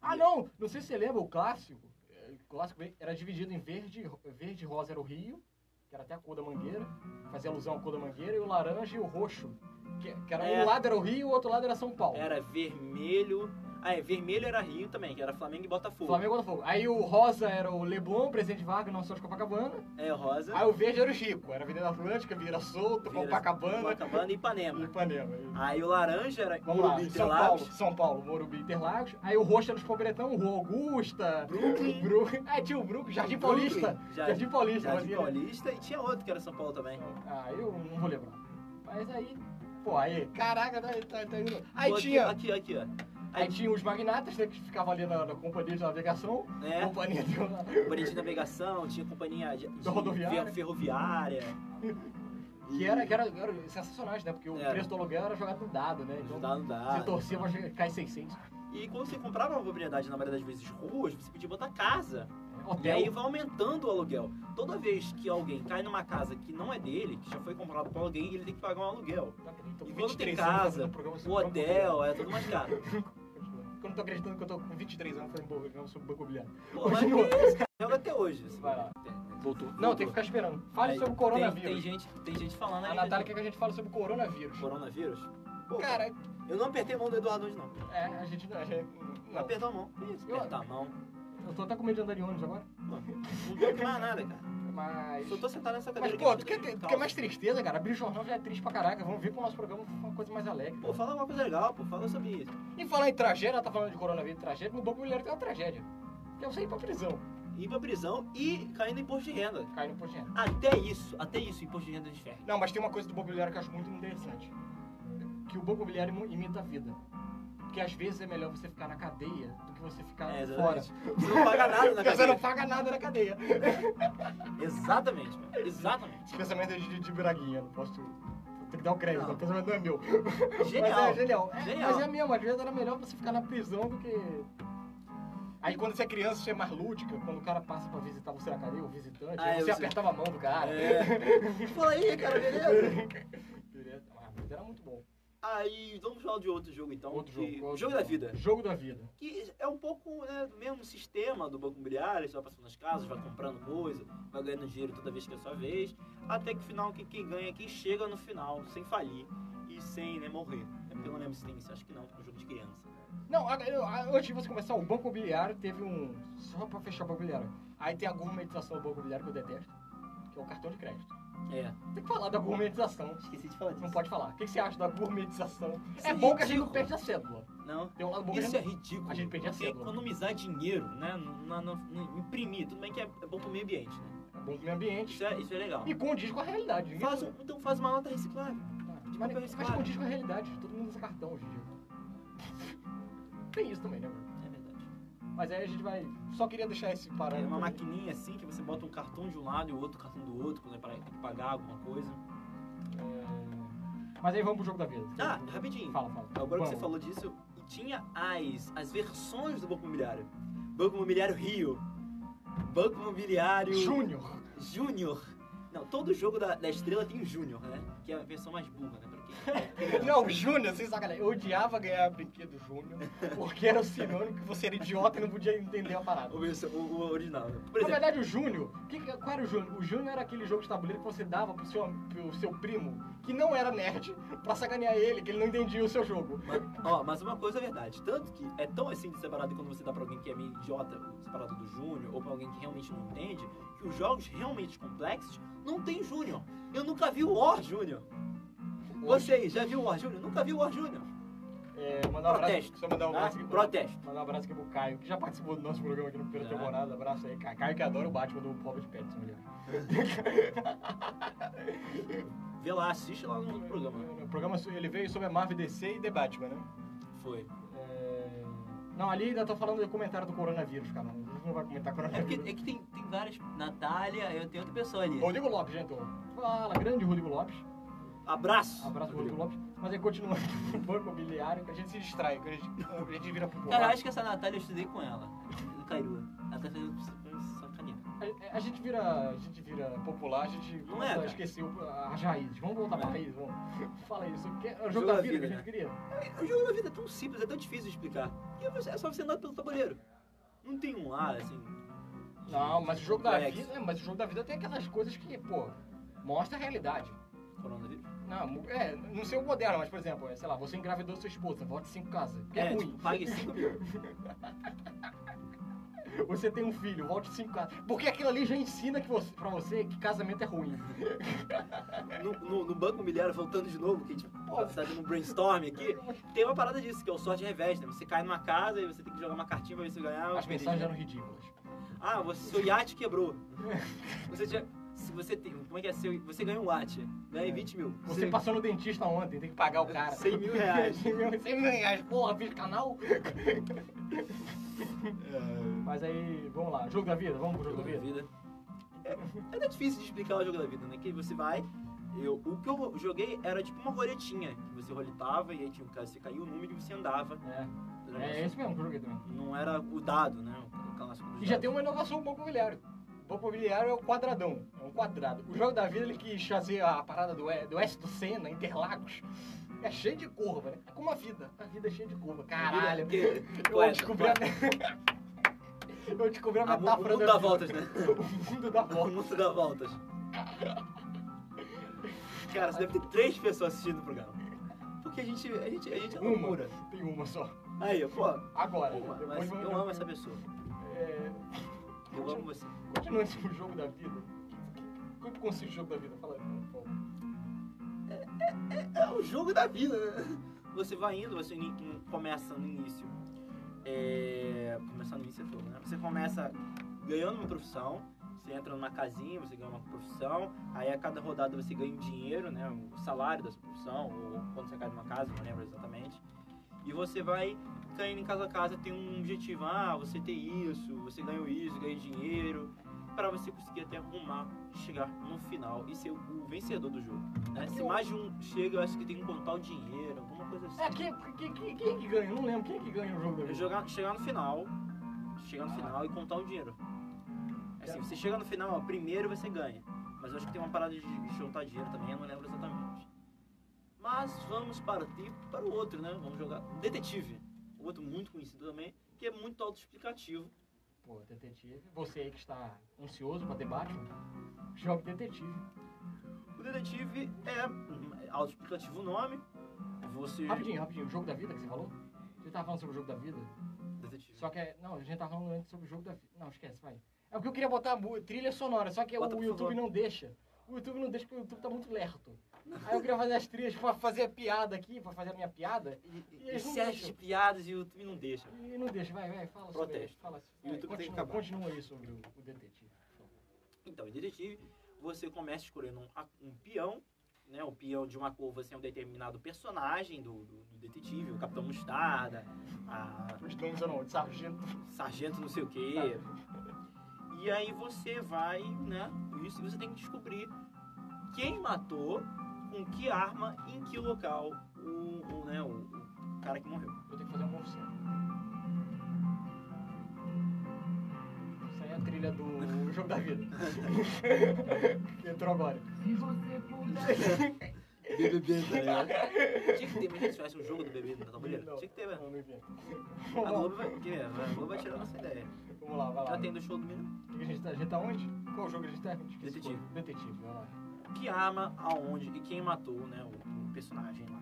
[SPEAKER 2] Ah, não! Não sei se você lembra, o clássico. eh, O clássico era dividido em verde, verde e rosa era o rio, que era até a cor da mangueira, fazia alusão à cor da mangueira, e o laranja e o roxo, que, que era
[SPEAKER 1] É.
[SPEAKER 2] um lado era o rio, o outro lado era São Paulo.
[SPEAKER 1] Era vermelho, Ah, é, vermelho era Rio também, que era Flamengo e Botafogo.
[SPEAKER 2] Flamengo e Botafogo. Aí o rosa era o Leblon, Presidente Vargas, Nossa Senhora de Copacabana.
[SPEAKER 1] É, rosa.
[SPEAKER 2] Aí o verde era o Chico, era Avenida Atlântica, Vieira Solto,
[SPEAKER 1] Vieira-
[SPEAKER 2] Copacabana
[SPEAKER 1] Copacabana e
[SPEAKER 2] e
[SPEAKER 1] Ipanema.
[SPEAKER 2] Ipanema. E-
[SPEAKER 1] Aí o laranja era
[SPEAKER 2] Vamos lá,
[SPEAKER 1] Ah, Morumbi de
[SPEAKER 2] São Paulo,
[SPEAKER 1] Lagos.
[SPEAKER 2] São Paulo, Morumbi, Interlagos. Aí o roxo era os Pobretão, Rua Augusta,
[SPEAKER 1] Brooklyn.
[SPEAKER 2] Brooklyn. Ah, tinha o Brooklyn, Jardim Paulista.
[SPEAKER 1] Brooklyn, Jardim,
[SPEAKER 2] Jardim Paulista,
[SPEAKER 1] Jardim
[SPEAKER 2] mas ele-
[SPEAKER 1] Paulista. E tinha outro que era São Paulo também.
[SPEAKER 2] Ah, eu não vou lembrar. Mas aí, pô, aí, caraca, tá, tá, tá indo. Aí
[SPEAKER 1] Pô, aqui,
[SPEAKER 2] tinha,
[SPEAKER 1] Aqui, aqui, ó.
[SPEAKER 2] aí tinha os magnatas, né, que ficavam ali na, na companhia de navegação.
[SPEAKER 1] É,
[SPEAKER 2] Companhia de...
[SPEAKER 1] companhia de navegação, tinha companhia de, de
[SPEAKER 2] Da rodoviária.
[SPEAKER 1] fer- ferroviária.
[SPEAKER 2] Que era, que era, era sensacionais, né, porque o
[SPEAKER 1] Era.
[SPEAKER 2] preço do aluguel era jogado no dado, né, então...
[SPEAKER 1] Dá, não dá.
[SPEAKER 2] Você torcia, mas cai 600.
[SPEAKER 1] E quando você comprava uma propriedade, na maioria das vezes ruas, você podia botar casa. E
[SPEAKER 2] Hotel.
[SPEAKER 1] aí vai aumentando o aluguel. Toda vez que alguém cai numa casa que não é dele, que já foi comprado por alguém, ele tem que pagar um aluguel.
[SPEAKER 2] Então,
[SPEAKER 1] E quando tem
[SPEAKER 2] 23 anos
[SPEAKER 1] casa,
[SPEAKER 2] fazendo programa
[SPEAKER 1] O
[SPEAKER 2] sobre banco
[SPEAKER 1] hotel, é tudo mais caro.
[SPEAKER 2] Eu não tô acreditando que eu tô com 23 anos fazendo programa sobre banco imobiliário.
[SPEAKER 1] Pô, mas que isso, cara? joga até hoje. assim.
[SPEAKER 2] Vai lá.
[SPEAKER 1] Voltou.
[SPEAKER 2] Não, tem que ficar esperando. Fale
[SPEAKER 1] Aí,
[SPEAKER 2] sobre o
[SPEAKER 1] Tem, tem
[SPEAKER 2] coronavírus.
[SPEAKER 1] gente, tem gente falando
[SPEAKER 2] A
[SPEAKER 1] aí. né?
[SPEAKER 2] Natália quer que a gente fale sobre o coronavírus.
[SPEAKER 1] Coronavírus? Pô,
[SPEAKER 2] Cara,
[SPEAKER 1] eu não apertei a mão do Eduardo hoje, não.
[SPEAKER 2] é, a gente não. a gente-
[SPEAKER 1] Não
[SPEAKER 2] não.
[SPEAKER 1] apertou a mão. Isso,
[SPEAKER 2] Eu-
[SPEAKER 1] apertar a mão.
[SPEAKER 2] Eu tô até com medo de andar de ônibus agora.
[SPEAKER 1] Não deu mais nada, cara.
[SPEAKER 2] Mas.
[SPEAKER 1] Só tô é sentado nessa
[SPEAKER 2] Mas,
[SPEAKER 1] cadeira.
[SPEAKER 2] pô,
[SPEAKER 1] aqui,
[SPEAKER 2] tu quer,
[SPEAKER 1] porque-
[SPEAKER 2] ter- tu
[SPEAKER 1] calma.
[SPEAKER 2] quer mais tristeza, cara? Abrir o jornal já é triste pra caraca. Vamos ver pro nosso programa uma coisa mais alegre.
[SPEAKER 1] Pô, fala alguma coisa legal, pô. Fala sobre isso.
[SPEAKER 2] E falar em tragédia, ela tá falando de coronavírus e tragédia, no banco mulher tem uma tragédia. Que é eu sair pra prisão,
[SPEAKER 1] Ir pra prisão e cair no imposto de renda.
[SPEAKER 2] cair no posto
[SPEAKER 1] Até isso, até isso, imposto de renda de ferro.
[SPEAKER 2] Não, mas tem uma coisa do banco imobiliário que eu acho muito interessante. Que o banco imobiliário imu- imita a vida. Que às vezes é melhor você ficar na cadeia do que você ficar
[SPEAKER 1] É,
[SPEAKER 2] fora.
[SPEAKER 1] exatamente. Você não paga nada na
[SPEAKER 2] Porque você não
[SPEAKER 1] cadeia.
[SPEAKER 2] paga nada na cadeia.
[SPEAKER 1] Exatamente, cara. Exatamente.
[SPEAKER 2] Esse pensamento é de, de Braguinha, não posso... Tem que dar o crédito,
[SPEAKER 1] Não.
[SPEAKER 2] o pensamento não é meu.
[SPEAKER 1] Genial.
[SPEAKER 2] Mas é genial. É,
[SPEAKER 1] Genial.
[SPEAKER 2] Mas é mesmo, às vezes era melhor você ficar na prisão do que... Aí quando você é criança, você é mais lúdica. Quando o cara passa pra visitar você na cadeia, o visitante,
[SPEAKER 1] Ah,
[SPEAKER 2] aí
[SPEAKER 1] eu
[SPEAKER 2] você
[SPEAKER 1] sei.
[SPEAKER 2] apertava a mão do cara.
[SPEAKER 1] É. Fala aí, cara, beleza?
[SPEAKER 2] Beleza. Ah, mas era muito bom.
[SPEAKER 1] Aí, vamos falar de outro jogo então.
[SPEAKER 2] Outro
[SPEAKER 1] que-
[SPEAKER 2] jogo. qual
[SPEAKER 1] O
[SPEAKER 2] outro
[SPEAKER 1] jogo da vida.
[SPEAKER 2] Jogo da vida.
[SPEAKER 1] Que é um pouco né, do mesmo sistema do banco imobiliário, você vai passando nas casas, vai comprando coisa, vai ganhando dinheiro toda vez que é sua vez, até que o final que quem ganha é quem chega no final, sem falir e sem né, morrer. É porque eu não lembro se tem isso, acho que não, porque é um jogo de criança.
[SPEAKER 2] Não, a- eu- a- antes de você começar, o Banco Imobiliário teve um. Só pra fechar o Banco Imobiliário. Aí tem a gourmetização do Banco Imobiliário que eu detesto, que é o cartão de crédito.
[SPEAKER 1] É,
[SPEAKER 2] Tem que falar da gourmetização.
[SPEAKER 1] esqueci de falar disso.
[SPEAKER 2] Não pode falar. O que que você acha da gourmetização?
[SPEAKER 1] Isso
[SPEAKER 2] É
[SPEAKER 1] é
[SPEAKER 2] bom que a gente não
[SPEAKER 1] ridículo.
[SPEAKER 2] perde a cédula.
[SPEAKER 1] Não.
[SPEAKER 2] Tem um lado bom que a
[SPEAKER 1] Isso é
[SPEAKER 2] gente.
[SPEAKER 1] ridículo.
[SPEAKER 2] a gente perdia
[SPEAKER 1] Porque
[SPEAKER 2] cedo.
[SPEAKER 1] economizar dinheiro, né? Na, na- na- imprimir, tudo bem que é, é bom pro meio ambiente, né?
[SPEAKER 2] É bom pro meio ambiente.
[SPEAKER 1] Isso é, isso é legal.
[SPEAKER 2] E condiz com a realidade. Isso-
[SPEAKER 1] Faz um- então faz uma nota reciclável.
[SPEAKER 2] Mas,
[SPEAKER 1] papel
[SPEAKER 2] mas
[SPEAKER 1] reciclado.
[SPEAKER 2] condiz com a realidade. Todo mundo usa cartão hoje em dia. Tem isso também, né, mano?
[SPEAKER 1] É verdade.
[SPEAKER 2] Mas aí a gente vai. Só queria deixar esse
[SPEAKER 1] É
[SPEAKER 2] parâmetro.
[SPEAKER 1] uma maquininha assim que você bota um cartão de um lado e o outro cartão do outro quando é pra tem que pagar alguma coisa.
[SPEAKER 2] É, Mas aí vamos pro jogo da vida.
[SPEAKER 1] Ah, rapidinho.
[SPEAKER 2] Fala, fala.
[SPEAKER 1] Agora que você
[SPEAKER 2] Vamos.
[SPEAKER 1] falou disso, tinha as, as versões do Banco Imobiliário. Banco Imobiliário Rio. Banco Imobiliário
[SPEAKER 2] Júnior.
[SPEAKER 1] Júnior. Não, todo jogo da, da estrela tem o Júnior, né? Que é a versão mais burra, né? Pra quem...
[SPEAKER 2] Não, Júnior, sem sacanagem. Eu odiava ganhar brinquedo Júnior, porque era o sinônimo que você era idiota e não podia entender a parada.
[SPEAKER 1] O, vers- o- o original, né? Por
[SPEAKER 2] Na
[SPEAKER 1] exemplo,
[SPEAKER 2] verdade, o Júnior, que, que- qual era o Júnior? O Júnior era aquele jogo de tabuleiro que você dava pro seu, pro seu primo, que não era nerd, pra sacanear ele, que ele não entendia o seu jogo.
[SPEAKER 1] ó, mas uma coisa é verdade. Tanto que é tão assim de separado quando você dá pra alguém que é meio idiota, separado do Júnior, ou pra alguém que realmente não entende, que os jogos realmente complexos não tem Júnior. Eu nunca vi o War Júnior. Vocês, já viu o War Júnior? Nunca vi o War Júnior.
[SPEAKER 2] É, mandar um abraço.
[SPEAKER 1] Protesto.
[SPEAKER 2] Só mandar um
[SPEAKER 1] Tá?
[SPEAKER 2] abraço aqui.
[SPEAKER 1] Protesto.
[SPEAKER 2] Mandar um abraço aqui pro Caio, que já participou do nosso programa aqui no primeiro
[SPEAKER 1] Já.
[SPEAKER 2] temporada. Abraço aí, Caio. Caio que adora o Batman do Robert Pattinson, é. aliás.
[SPEAKER 1] Vê lá, assiste lá no outro programa. né?
[SPEAKER 2] O programa ele veio sobre a Marvel DC e The Batman, né?
[SPEAKER 1] Foi.
[SPEAKER 2] É... Não, ali ainda tô falando do comentário do coronavírus, cara. A gente não vai comentar
[SPEAKER 1] É porque,
[SPEAKER 2] coronavírus.
[SPEAKER 1] é que tem, tem várias. Natália, eu tenho outra pessoa ali.
[SPEAKER 2] Rodrigo Lopes, gente. ó. Fala, grande Rodrigo Lopes.
[SPEAKER 1] Abraço.
[SPEAKER 2] Abraço pro Rodrigo Lopes. Mas aí continuando o banco imobiliário, que a gente se distrai, que a gente, a gente vira pro
[SPEAKER 1] Cara, eu
[SPEAKER 2] lado.
[SPEAKER 1] acho que essa Natália eu estudei com ela. No Cairua. Ela tá fazendo sacanear.
[SPEAKER 2] A, a gente vira. A gente vira popular, a gente
[SPEAKER 1] Não é,
[SPEAKER 2] começa a
[SPEAKER 1] cara.
[SPEAKER 2] esquecer o- as raízes. Vamos voltar pra
[SPEAKER 1] É.
[SPEAKER 2] raiz, vamos. Fala isso. Que é o jogo da vida que a gente queria.
[SPEAKER 1] O jogo da vida é tão simples, é tão difícil de explicar. E você- é só você andar pelo tabuleiro. Não tem um ar, assim.
[SPEAKER 2] Não, mas o jogo da
[SPEAKER 1] Complexo.
[SPEAKER 2] vida. Mas o jogo da vida tem aquelas coisas que, pô, mostra a realidade.
[SPEAKER 1] Coronavírus?
[SPEAKER 2] Não, é, não sei o moderno, mas por exemplo, é, sei lá, você engravidou sua esposa, volte cinco casas. que é ruim.
[SPEAKER 1] tipo, pague 5 mil.
[SPEAKER 2] Você tem um filho, volte cinco casas. Porque aquilo ali já ensina que você, pra você que casamento é ruim.
[SPEAKER 1] No, no- no banco imobiliário, voltando de novo, que tipo, a gente pode estar num tá um brainstorm aqui, tem uma parada disso, que é o sorte revés, né? Você cai numa casa e você tem que jogar uma cartinha pra ver se ganhar.
[SPEAKER 2] As
[SPEAKER 1] ou perder
[SPEAKER 2] mensagens
[SPEAKER 1] dinheiro.
[SPEAKER 2] eram ridículas.
[SPEAKER 1] Ah, você, seu iate quebrou. Você tinha. Se você tem. Como é que é seu. Você ganhou um iate, ganha
[SPEAKER 2] É.
[SPEAKER 1] 20 mil.
[SPEAKER 2] Você passou no dentista ontem, tem que pagar o cara.
[SPEAKER 1] 100 mil reais.
[SPEAKER 2] 100 mil 100 mil reais, porra, fiz canal. Mas aí, vamos lá, jogo da vida, vamos pro
[SPEAKER 1] O
[SPEAKER 2] jogo da vida.
[SPEAKER 1] vida. É, é difícil de explicar o jogo da vida, né? Que você vai. Eu, o que eu joguei era tipo uma roletinha, que você roletava e aí tinha um caso, você caía o número e você andava.
[SPEAKER 2] É,
[SPEAKER 1] Era
[SPEAKER 2] é
[SPEAKER 1] isso.
[SPEAKER 2] esse mesmo que eu joguei também.
[SPEAKER 1] Não era o dado, né? O clássico do
[SPEAKER 2] E já tem uma inovação um no banco imobiliário. O banco imobiliário é o quadradão, é um quadrado. O jogo da vida ele quis fazer a parada do, E- do oeste do Senna, Interlagos. É cheio de curva, né? É como a vida. A vida é cheia de curva. Caralho.
[SPEAKER 1] Porque,
[SPEAKER 2] Eu descobri a. Eu descobri a
[SPEAKER 1] é a mu- o
[SPEAKER 2] é metáfora
[SPEAKER 1] mundo
[SPEAKER 2] da
[SPEAKER 1] dá
[SPEAKER 2] vida.
[SPEAKER 1] voltas, né?
[SPEAKER 2] O mundo da
[SPEAKER 1] O
[SPEAKER 2] volta.
[SPEAKER 1] mundo dá voltas. Cara, você deve ter três pessoas assistindo o programa. Porque a gente, a gente, a gente é
[SPEAKER 2] Uma.
[SPEAKER 1] loucura.
[SPEAKER 2] Tem uma só.
[SPEAKER 1] Aí, pô,
[SPEAKER 2] Agora.
[SPEAKER 1] uma,
[SPEAKER 2] depois
[SPEAKER 1] mas
[SPEAKER 2] vamos-
[SPEAKER 1] eu amo essa pessoa.
[SPEAKER 2] É,
[SPEAKER 1] Eu amo você.
[SPEAKER 2] Continuando sobre o jogo da vida. Como consiste o jogo da vida? Fala aí, por favor.
[SPEAKER 1] É o jogo da vida, né? Você vai indo, você ni- ni- começa no início. É... Começar no início é fogo, né? Você começa ganhando uma profissão, você entra numa casinha, você ganha uma profissão, aí a cada rodada você ganha um dinheiro, né? O salário da sua profissão, ou quando você cai numa casa, não lembro exatamente. E você vai caindo em casa a casa, tem um objetivo, ah, você tem isso, você ganhou isso, ganha dinheiro, para você conseguir até arrumar, chegar no final e ser o vencedor do jogo. né? Se mais de um chega, eu acho que tem que contar o dinheiro, alguma coisa assim.
[SPEAKER 2] É, quem, quem, quem, quem é que ganha? Eu não lembro. Quem é que ganha o jogo da
[SPEAKER 1] Eu
[SPEAKER 2] vida?
[SPEAKER 1] jogar, chegar no final, chegar no final e contar o dinheiro. Assim, você chega no final, ó, primeiro você ganha. Mas eu acho que tem uma parada de, de juntar dinheiro também, eu não lembro exatamente. Mas vamos partir para o outro, né? Vamos jogar Detetive. Outro muito conhecido também, que é muito autoexplicativo.
[SPEAKER 2] Pô, detetive. Você aí que está ansioso para debate, jogue detetive.
[SPEAKER 1] O Detetive é hum, é autoexplicativo o nome. Você.
[SPEAKER 2] Rapidinho, rapidinho. O jogo da vida que você falou? Você tava falando sobre o jogo da vida?
[SPEAKER 1] Detetive.
[SPEAKER 2] Só que é... Não, a gente tava falando antes sobre o jogo da vida. Não, esquece, vai. É porque eu queria botar a mu- trilha sonora, só que
[SPEAKER 1] Bota,
[SPEAKER 2] o
[SPEAKER 1] por
[SPEAKER 2] YouTube
[SPEAKER 1] favor.
[SPEAKER 2] não deixa. O YouTube não deixa porque o YouTube tá muito lerto. Aí eu queria fazer as trilhas pra fazer a piada aqui, pra fazer a minha piada.
[SPEAKER 1] E, e,
[SPEAKER 2] E
[SPEAKER 1] e
[SPEAKER 2] eles não
[SPEAKER 1] serve
[SPEAKER 2] deixam.
[SPEAKER 1] de piadas e o YouTube não deixa.
[SPEAKER 2] E não deixa, vai, vai, fala sobre
[SPEAKER 1] Protesto.
[SPEAKER 2] isso. Fala,
[SPEAKER 1] O YouTube
[SPEAKER 2] vai,
[SPEAKER 1] tem que
[SPEAKER 2] continua,
[SPEAKER 1] acabar.
[SPEAKER 2] continua aí sobre o, o detetive. por favor.
[SPEAKER 1] Então, em detetive, você começa escolhendo um, a- um peão, né? O peão de uma cor você é um determinado personagem do, do- do detetive, o Capitão Mostarda, a
[SPEAKER 2] Os nomes eu não, de sargento.
[SPEAKER 1] Sargento não sei o quê. E aí você vai, né? Isso e você tem que descobrir quem matou, com que arma, em que local o, o, né, o- o cara que morreu.
[SPEAKER 2] Eu tenho que fazer um uma confissão. Isso aí é a trilha do Jogo da Vida. que entrou agora.
[SPEAKER 3] Se você puder.
[SPEAKER 1] BBB, tá ligado? Tinha que ter, mas se tivesse um jogo do BBB na tabuleira,
[SPEAKER 2] Não.
[SPEAKER 1] tinha que ter, velho.
[SPEAKER 2] Não, não vi.
[SPEAKER 1] A
[SPEAKER 2] Vamos lá,
[SPEAKER 1] Globo vai, que é, a Globo vai tirar nossa ideia.
[SPEAKER 2] vamos lá, vai lá.
[SPEAKER 1] Já tem do show do menino.
[SPEAKER 2] O que a, gente tá, a gente tá onde? Qual jogo a gente tá? Esqueci
[SPEAKER 1] Detetive.
[SPEAKER 2] qual. Detetive, vai lá.
[SPEAKER 1] que arma, aonde e quem matou, né, o, o personagem lá.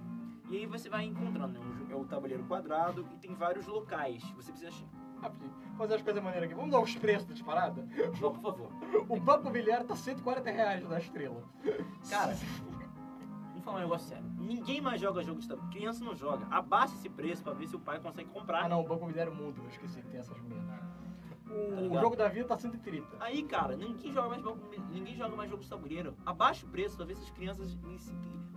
[SPEAKER 1] E aí você vai encontrando, né, um jo- é o tabuleiro quadrado e tem vários locais. Você precisa achar.
[SPEAKER 2] Rapidinho. Fazer as coisas maneiras aqui. Vamos dar os preços das paradas?
[SPEAKER 1] João, por favor.
[SPEAKER 2] O banco bilhar tá 140 reais da estrela.
[SPEAKER 1] Cara, vamos falar um negócio sério. Ninguém mais joga jogo de tabuleiro. Criança não joga. Abaixa esse preço pra ver se o pai consegue
[SPEAKER 2] Ah
[SPEAKER 1] comprar.
[SPEAKER 2] não, o banco bilhar é o mundo. Eu esqueci que tem essas merdas.
[SPEAKER 1] Tá
[SPEAKER 2] O
[SPEAKER 1] ligado?
[SPEAKER 2] jogo da vida tá 130.
[SPEAKER 1] Aí, cara, ninguém joga mais jogo, ninguém joga mais jogo de tabuleiro. Abaixa o preço pra ver se as crianças,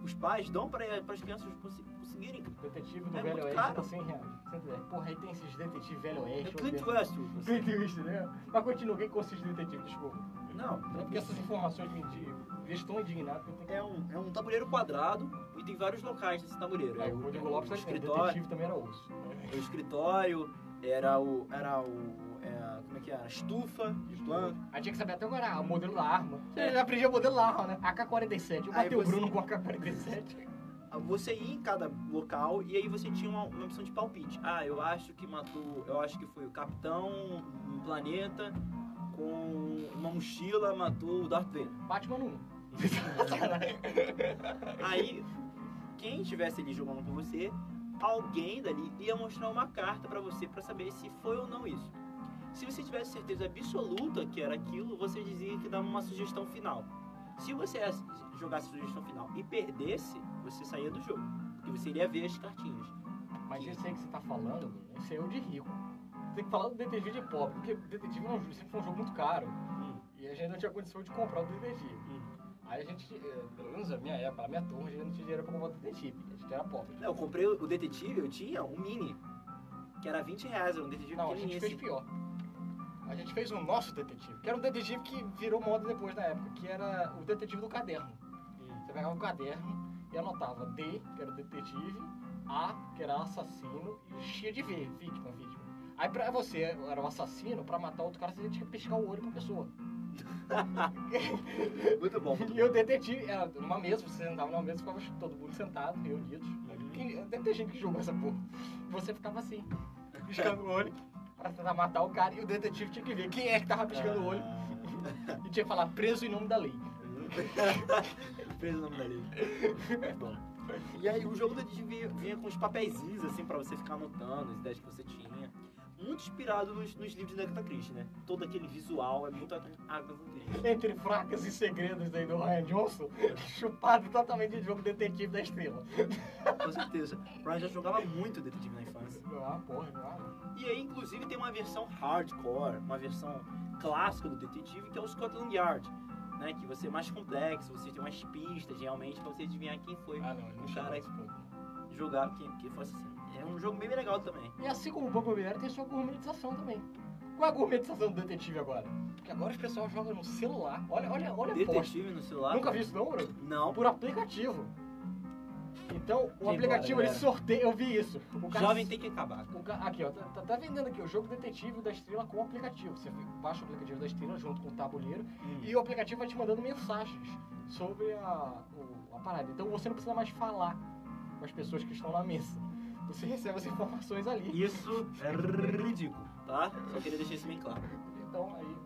[SPEAKER 1] os pais dão para as crianças consi- conseguirem.
[SPEAKER 2] Detetive do
[SPEAKER 1] É
[SPEAKER 2] Velho
[SPEAKER 1] muito
[SPEAKER 2] Oeste
[SPEAKER 1] caro.
[SPEAKER 2] tá 100 reais. 110. Porra, aí tem esses detetives Velho
[SPEAKER 1] É
[SPEAKER 2] Oeste.
[SPEAKER 1] Clint
[SPEAKER 2] Oeste.
[SPEAKER 1] Westwood. você-
[SPEAKER 2] Clint Eastwood, né? Mas continua, o que consiste o detetive? Desculpa.
[SPEAKER 1] Não,
[SPEAKER 2] É porque essas informações me indicam. Eu estou indignado que eu tenho que...
[SPEAKER 1] É um, é um tabuleiro quadrado e tem vários locais nesse tabuleiro.
[SPEAKER 2] Aí
[SPEAKER 1] É
[SPEAKER 2] o Rodrigo Lopes
[SPEAKER 1] o
[SPEAKER 2] tá dizendo,
[SPEAKER 1] escritório, é
[SPEAKER 2] detetive também era osso.
[SPEAKER 1] o escritório, era o. Era o. é, como é que era? A estufa de planta.
[SPEAKER 2] Aí tinha que saber até agora o modelo da arma. Ele já aprendia o modelo da arma, né? AK-47. Eu
[SPEAKER 1] É. Aí
[SPEAKER 2] matei o
[SPEAKER 1] você-
[SPEAKER 2] Bruno com AK-47.
[SPEAKER 1] Ah, Você ia em cada local e aí você tinha uma, uma opção de palpite. Ah, eu acho que matou. Eu acho que foi o Capitão um Planeta com uma mochila matou o Darth Vader.
[SPEAKER 2] Batman 1.
[SPEAKER 1] Não
[SPEAKER 2] Sacanagem.
[SPEAKER 1] Aí, quem estivesse ali jogando com você, alguém dali ia mostrar uma carta pra você pra saber se foi ou não isso. Se você tivesse certeza absoluta que era aquilo, você dizia que dava uma sugestão final. Se você as- jogasse sugestão final e perdesse, você saía do jogo. Porque você iria ver as cartinhas.
[SPEAKER 2] Mas isso aí que você tá falando, Bruno, isso aí é o de rico. Tem que falar do detetive de pobre, porque detetive é um jogo- sempre foi um jogo muito caro.
[SPEAKER 1] Hum,
[SPEAKER 2] E a gente não tinha condição de comprar o detetive.
[SPEAKER 1] hum.
[SPEAKER 2] Aí a gente, eh, pelo menos a minha época, a minha turma, a gente não tinha dinheiro pra comprar o detetive. A gente era pobre.
[SPEAKER 1] Não, eu comprei o o detetive, eu tinha um mini, que era 20 reais, era um detetive
[SPEAKER 2] Não, a gente
[SPEAKER 1] pequenininho.
[SPEAKER 2] fez
[SPEAKER 1] assim.
[SPEAKER 2] pior. A gente fez o nosso detetive, que era um detetive que virou moda depois na época, que era o detetive do caderno.
[SPEAKER 1] Hum.
[SPEAKER 2] Você pegava o caderno e anotava D, que era o detetive, A, que era assassino, e X de V, vítima, vítima. Aí pra você era o assassino, pra matar outro cara você tinha que piscar o olho pra pessoa.
[SPEAKER 1] Muito bom. muito
[SPEAKER 2] E o detetive era numa mesa, você sentava numa mesa, ficava todo mundo sentado, reunidos.
[SPEAKER 1] Uhum.
[SPEAKER 2] Que, deve ter gente que jogou essa porra. Você ficava assim, piscando o olho pra tentar matar o cara, e o detetive tinha que ver quem é que tava
[SPEAKER 1] bom.
[SPEAKER 2] piscando o olho
[SPEAKER 1] Ah.
[SPEAKER 2] e tinha que falar preso em nome da lei.
[SPEAKER 1] Fez o nome da lei. Muito bom. E aí o jogo do Didi vinha, vinha com os papeizinhos, assim, pra você ficar anotando as ideias que você tinha. Muito inspirado nos, nos livros da Agatha Christie, né? Todo aquele visual é muito Agatha Christie.
[SPEAKER 2] Entre fracas e segredos aí do Ryan Johnson, chupado totalmente de jogo detetive da estrela.
[SPEAKER 1] Com certeza. O Brian já jogava muito Detetive na infância.
[SPEAKER 2] Não é uma porra, não é uma-
[SPEAKER 1] E aí, inclusive, tem uma versão hardcore, uma versão clássica do detetive, que é o Scotland Yard, né? Que você é mais complexo, você tem umas pistas, realmente, pra você adivinhar quem foi
[SPEAKER 2] Ah, não, ele
[SPEAKER 1] O
[SPEAKER 2] não
[SPEAKER 1] cara-
[SPEAKER 2] chama esse povo.
[SPEAKER 1] jogar, quem, quem foi assassino. É um jogo bem legal também.
[SPEAKER 2] E assim como o Banco Imobiliário tem sua gourmetização também. Qual é a gourmetização do detetive agora? Porque agora os pessoal joga no celular. Olha, olha, olha a porra.
[SPEAKER 1] Detetive no celular.
[SPEAKER 2] Nunca vi isso não, Bruno?
[SPEAKER 1] Não,
[SPEAKER 2] Por aplicativo. Então, o
[SPEAKER 1] Quem
[SPEAKER 2] aplicativo
[SPEAKER 1] bora, galera?
[SPEAKER 2] ele sorteia, eu vi isso. O cara
[SPEAKER 1] Jovem tem que acabar.
[SPEAKER 2] O ca- Aqui, ó, tá, tá- tá vendendo aqui o jogo detetive da estrela com o aplicativo. Você baixa o aplicativo da estrela junto com o tabuleiro
[SPEAKER 1] Hum.
[SPEAKER 2] e o aplicativo vai te mandando mensagens sobre a, o- a parada. Então você não precisa mais falar com as pessoas que estão na mesa. Você recebe as informações ali.
[SPEAKER 1] Isso é ridículo, tá? Só queria deixar isso bem claro.
[SPEAKER 2] Então aí.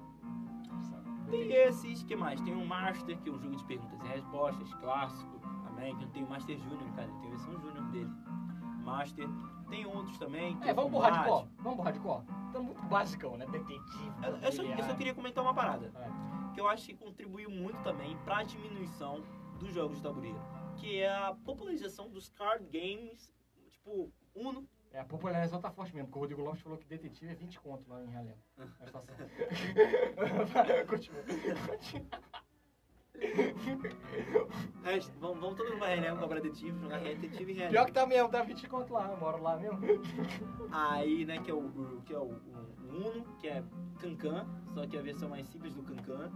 [SPEAKER 2] É,
[SPEAKER 1] Tem esses, que mais? Tem o Master, que é um jogo de perguntas e respostas, clássico, American. Tem o Master Junior, cara, tem a versão um Junior dele. Master. Tem outros também. que
[SPEAKER 2] É, vamos pro
[SPEAKER 1] Combate.
[SPEAKER 2] hardcore. Vamos pro hardcore. Tá muito basicão, né? Detetive.
[SPEAKER 1] Eu, eu É, só, eu só queria comentar uma parada,
[SPEAKER 2] É.
[SPEAKER 1] que eu acho que contribuiu muito também pra diminuição dos jogos de tabuleiro, que é a popularização dos card games, tipo Uno.
[SPEAKER 2] É, a popularização tá forte mesmo, porque o Rodrigo Lopes falou que detetive é 20 conto lá em Realengo. Na estação. Continua. Continua.
[SPEAKER 1] É, vamos, vamos todo mundo vai né, cobrar detetive, jogar detetive e reality.
[SPEAKER 2] Pior que tá mesmo, tá 20 conto lá, eu moro lá mesmo.
[SPEAKER 1] Aí, né, que é o, o- que é o, o- o Uno, que é Cancan, só que é a versão mais simples do Cancan.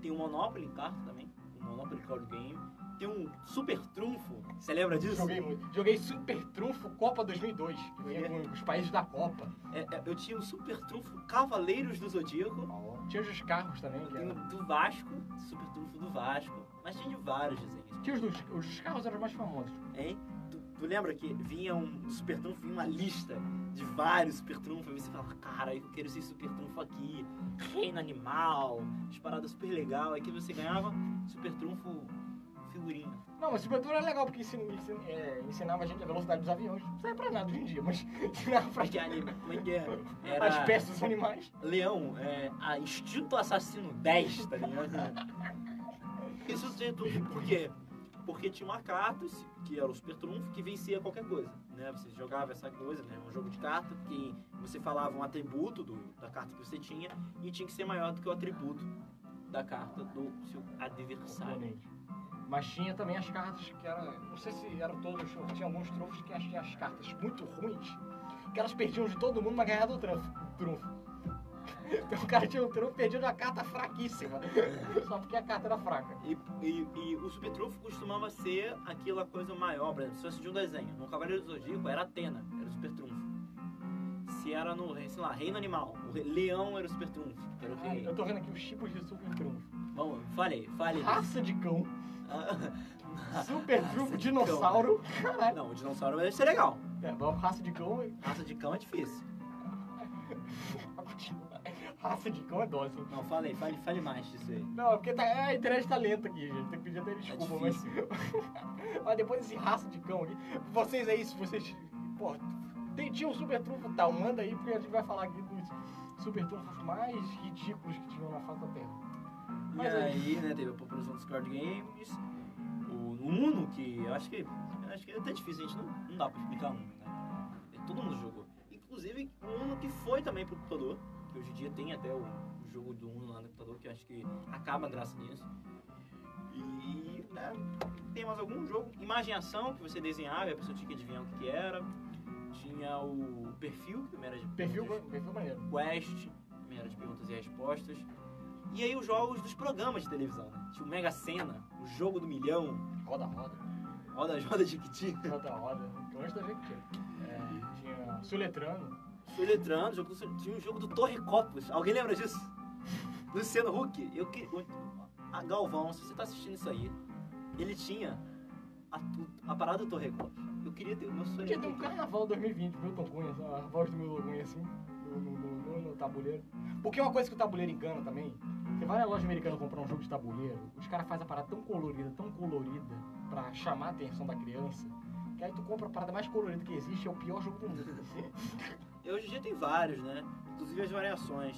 [SPEAKER 1] Tem o Monopoly em carta também, o Monopoly Card Game. Tem um Super Trunfo, você lembra disso?
[SPEAKER 2] Joguei muito. Joguei Super Trunfo Copa 2002. que Vinha com os países da Copa.
[SPEAKER 1] É, é, eu tinha o Super Trunfo Cavaleiros do Zodíaco.
[SPEAKER 2] Tinha os dos carros também.
[SPEAKER 1] Eu
[SPEAKER 2] Que
[SPEAKER 1] tenho
[SPEAKER 2] era.
[SPEAKER 1] o do Vasco, Super Trunfo do Vasco. Mas tinha de vários desenhos,
[SPEAKER 2] Tinha os dos, os dos carros eram os mais famosos.
[SPEAKER 1] hein? Tu, tu lembra que vinha um Super Trunfo, vinha uma lista de vários Super Trunfos. Aí você fala, cara, eu quero esse Super Trunfo aqui. Reino Animal, as paradas super legal. Aí que você ganhava Super Trunfo figurinha.
[SPEAKER 2] Não, mas Super Trunfo era legal porque ensin- ensin- é, ensinava a gente a velocidade dos aviões. Não serve pra nada hoje em dia, mas ensinava pra
[SPEAKER 1] Pra que anime? Como é que é?
[SPEAKER 2] as
[SPEAKER 1] Era
[SPEAKER 2] peças dos animais.
[SPEAKER 1] Leão, é, a Instinto Assassino 10, tá ligado? Isso tinha tudo por quê? Porque tinha uma carta, se- que era o super trunfo, que vencia qualquer coisa, né? Você jogava essa coisa, né? Um jogo de carta, que você falava um atributo do- da carta que você tinha, e tinha que ser maior do que o atributo da carta do seu adversário.
[SPEAKER 2] Obviamente. Mas tinha também as cartas que eram. Não sei se eram todos, ou tinha alguns trunfos que tinha as cartas muito ruins, que elas perdiam de todo mundo, mas ganhavam do trunfo. trunfo. Então o cara tinha um trunfo perdido uma carta fraquíssima. Só porque a carta era fraca.
[SPEAKER 1] E, e- e o super trunfo costumava ser aquela coisa maior, por exemplo, se fosse de um desenho. No Cavaleiro do Zodíaco era Atena, era o super trunfo. Se era no, sei lá, Reino Animal, o rei- leão era o super trunfo, que era o
[SPEAKER 2] Ah,
[SPEAKER 1] rei.
[SPEAKER 2] eu tô vendo aqui os tipos de super trunfo.
[SPEAKER 1] Bom, falei, falei.
[SPEAKER 2] Raça de cão,
[SPEAKER 1] disso.
[SPEAKER 2] super
[SPEAKER 1] Raça de
[SPEAKER 2] trunfo,
[SPEAKER 1] cão.
[SPEAKER 2] dinossauro.
[SPEAKER 1] Ah, Não, o dinossauro deve ser legal.
[SPEAKER 2] É, mas raça de cão.
[SPEAKER 1] Raça de cão é difícil.
[SPEAKER 2] Raça de cão é dócil.
[SPEAKER 1] Não, fale, fale, fale mais disso aí. É
[SPEAKER 2] Não, porque tá, a internet tá lenta aqui, gente. Tem que pedir até desculpa, mas.
[SPEAKER 1] difícil.
[SPEAKER 2] mas Ah, depois desse raça de cão aqui. Vocês aí, se vocês. Pô, tem, tinha um super trunfo tal, manda aí, porque a gente vai falar aqui dos super trunfos mais ridículos que tinham na face da Terra. Mas
[SPEAKER 1] e
[SPEAKER 2] aí-
[SPEAKER 1] aí, né, teve a população dos card games, o Uno, que eu acho que, eu acho que é até difícil, a gente não, não dá pra explicar Uno, né? Todo mundo jogou. Inclusive, o Uno que foi também pro computador, que hoje em dia tem até o, o jogo do Uno lá no computador, que eu acho que acaba graças nisso. E né, tem mais algum jogo, imagem e ação, que você desenhava e a pessoa tinha que adivinhar o que, que era. Tinha o perfil, que também era de
[SPEAKER 2] Perfil,
[SPEAKER 1] perguntas.
[SPEAKER 2] perfil maneiro.
[SPEAKER 1] Quest, também era de perguntas e respostas. E aí os jogos dos programas de televisão, né? Tinha o Mega Sena, o Jogo do Milhão,
[SPEAKER 2] Roda, roda.
[SPEAKER 1] Roda Joda Jiquiti,
[SPEAKER 2] Roda, roda. Que antes da gente tinha. É, tinha Suletrano.
[SPEAKER 1] Soletrando, jogo do- tinha um jogo do Torre Copos. Alguém lembra disso? Luciano Huck. Eu que... o- A Galvão, se você tá assistindo isso aí, ele tinha a, tu- a parada do Torre Copos. Eu queria ter o meu
[SPEAKER 2] Podia ter um
[SPEAKER 1] Soletrando.
[SPEAKER 2] carnaval 2020, Milton Cunha, só a voz do Milton Cunha assim, no, no- no- no- no tabuleiro. Porque é uma coisa que o tabuleiro engana também, você vai na loja americana comprar um jogo de tabuleiro, os caras fazem a parada tão colorida, tão colorida, pra chamar a atenção da criança, que aí tu compra a parada mais colorida que existe, é o pior jogo do mundo.
[SPEAKER 1] E Hoje em dia tem vários, né? Inclusive as variações.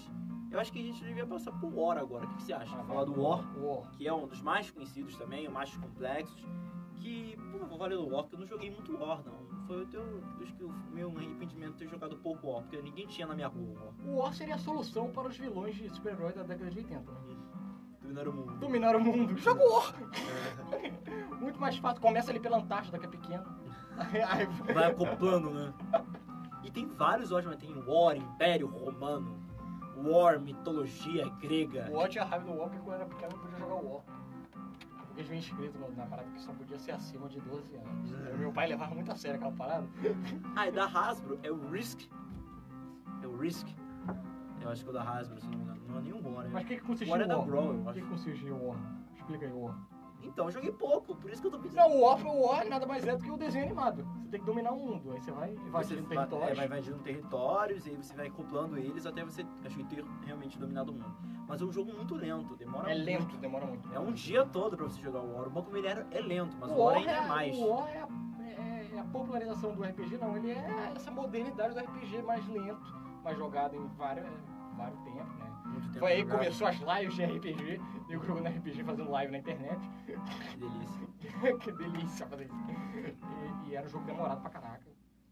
[SPEAKER 1] Eu acho que a gente devia passar por War agora. O que, que você acha? Falar do War?
[SPEAKER 2] War.
[SPEAKER 1] que é um dos mais conhecidos também, o mais complexo, que, pô, vou valer o War, que eu não joguei muito War, não. Foi o teu, acho que o meu arrependimento de ter jogado pouco War, porque ninguém tinha na minha rua War.
[SPEAKER 2] O War seria a solução para os vilões de super-heróis da década de 80, né?
[SPEAKER 1] Dominar o mundo.
[SPEAKER 2] Dominar o mundo. Joga o War! Muito mais fácil, começa ali pela Antártida, que é pequena. Aí- aí-
[SPEAKER 1] Vai acoplando, né? E tem vários Wars, mas tem War, Império Romano, War, Mitologia Grega.
[SPEAKER 2] O Watch e a raiva do Walker quando era pequeno não podia jogar o Walker. Porque eles inscrito na, na parada que só podia ser acima de 12 anos.
[SPEAKER 1] É.
[SPEAKER 2] Aí Meu pai levava muito a sério aquela parada.
[SPEAKER 1] Ah, e da Hasbro é o Risk. É o Risk. Eu acho que é o da Hasbro, se não me engano. Não é nenhum War,
[SPEAKER 2] Mas
[SPEAKER 1] né?
[SPEAKER 2] o que, que consistia
[SPEAKER 1] War é da
[SPEAKER 2] o War?
[SPEAKER 1] Brawl, eu
[SPEAKER 2] O que, que
[SPEAKER 1] acho.
[SPEAKER 2] consistia o War? Explica aí o War.
[SPEAKER 1] Então, eu joguei pouco, por isso que eu tô pensando.
[SPEAKER 2] Não, o War, o War nada mais é do que o desenho animado. Você tem que dominar o mundo. Aí você vai um
[SPEAKER 1] Você
[SPEAKER 2] invadindo
[SPEAKER 1] vai, é,
[SPEAKER 2] territórios.
[SPEAKER 1] vai invadindo territórios e aí você vai acoplando eles até você acho que ter realmente dominado o mundo. Mas é um jogo muito lento, demora
[SPEAKER 2] É
[SPEAKER 1] muito.
[SPEAKER 2] lento, demora muito.
[SPEAKER 1] É um dia todo pra você jogar o War. O bom como ele era, é lento, mas o
[SPEAKER 2] War
[SPEAKER 1] War ainda é
[SPEAKER 2] a-
[SPEAKER 1] mais.
[SPEAKER 2] O War é a, é- é a popularização do RPG, não. Ele é essa modernidade do RPG mais lento, mais jogado em vários, vários tempos, né?
[SPEAKER 1] Muito tempo
[SPEAKER 2] Foi aí que
[SPEAKER 1] jogado.
[SPEAKER 2] começou as lives de RPG, eu jogando RPG fazendo live na internet.
[SPEAKER 1] Que delícia.
[SPEAKER 2] que delícia fazer isso. E, e era um jogo demorado pra caraca.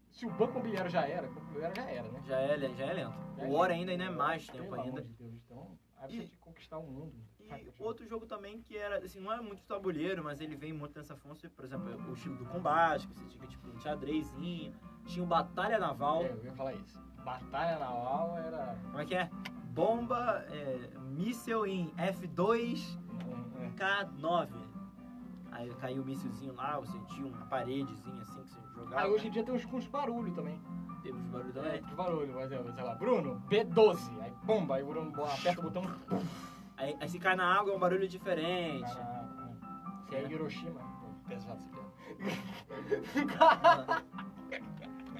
[SPEAKER 2] Se o banco mobiliário já era, o banco mobiliário já era, né?
[SPEAKER 1] Já é, le- já é lento.
[SPEAKER 2] Já
[SPEAKER 1] O War
[SPEAKER 2] era.
[SPEAKER 1] ainda, ainda é mais
[SPEAKER 2] Pelo
[SPEAKER 1] tempo
[SPEAKER 2] amor
[SPEAKER 1] ainda.
[SPEAKER 2] de Deus, então. Aí você
[SPEAKER 1] E-
[SPEAKER 2] tinha que conquistar o mundo.
[SPEAKER 1] E outro jogo também que era, assim, não é muito tabuleiro, mas ele vem muito nessa fonte, por exemplo, o estilo do combate, que você tinha tipo um xadrezinho, tinha o Batalha Naval.
[SPEAKER 2] É, eu ia falar isso. Batalha naval era.
[SPEAKER 1] Como é que é? Bomba, é, míssel em F2,
[SPEAKER 2] é, é.
[SPEAKER 1] K9. Aí caiu o míssilzinho lá, você tinha uma paredezinha assim que você jogava.
[SPEAKER 2] Ah, hoje em dia tem uns com uns barulho também.
[SPEAKER 1] Teve uns barulhos também.
[SPEAKER 2] De barulho, mas é, sei lá, Bruno, B12. Aí bomba, aí o Bruno aperta o botão.
[SPEAKER 1] Aí, aí se cai na água é um barulho diferente.
[SPEAKER 2] Caraca. Isso é Hiroshima. Pô, Pesado essa piada.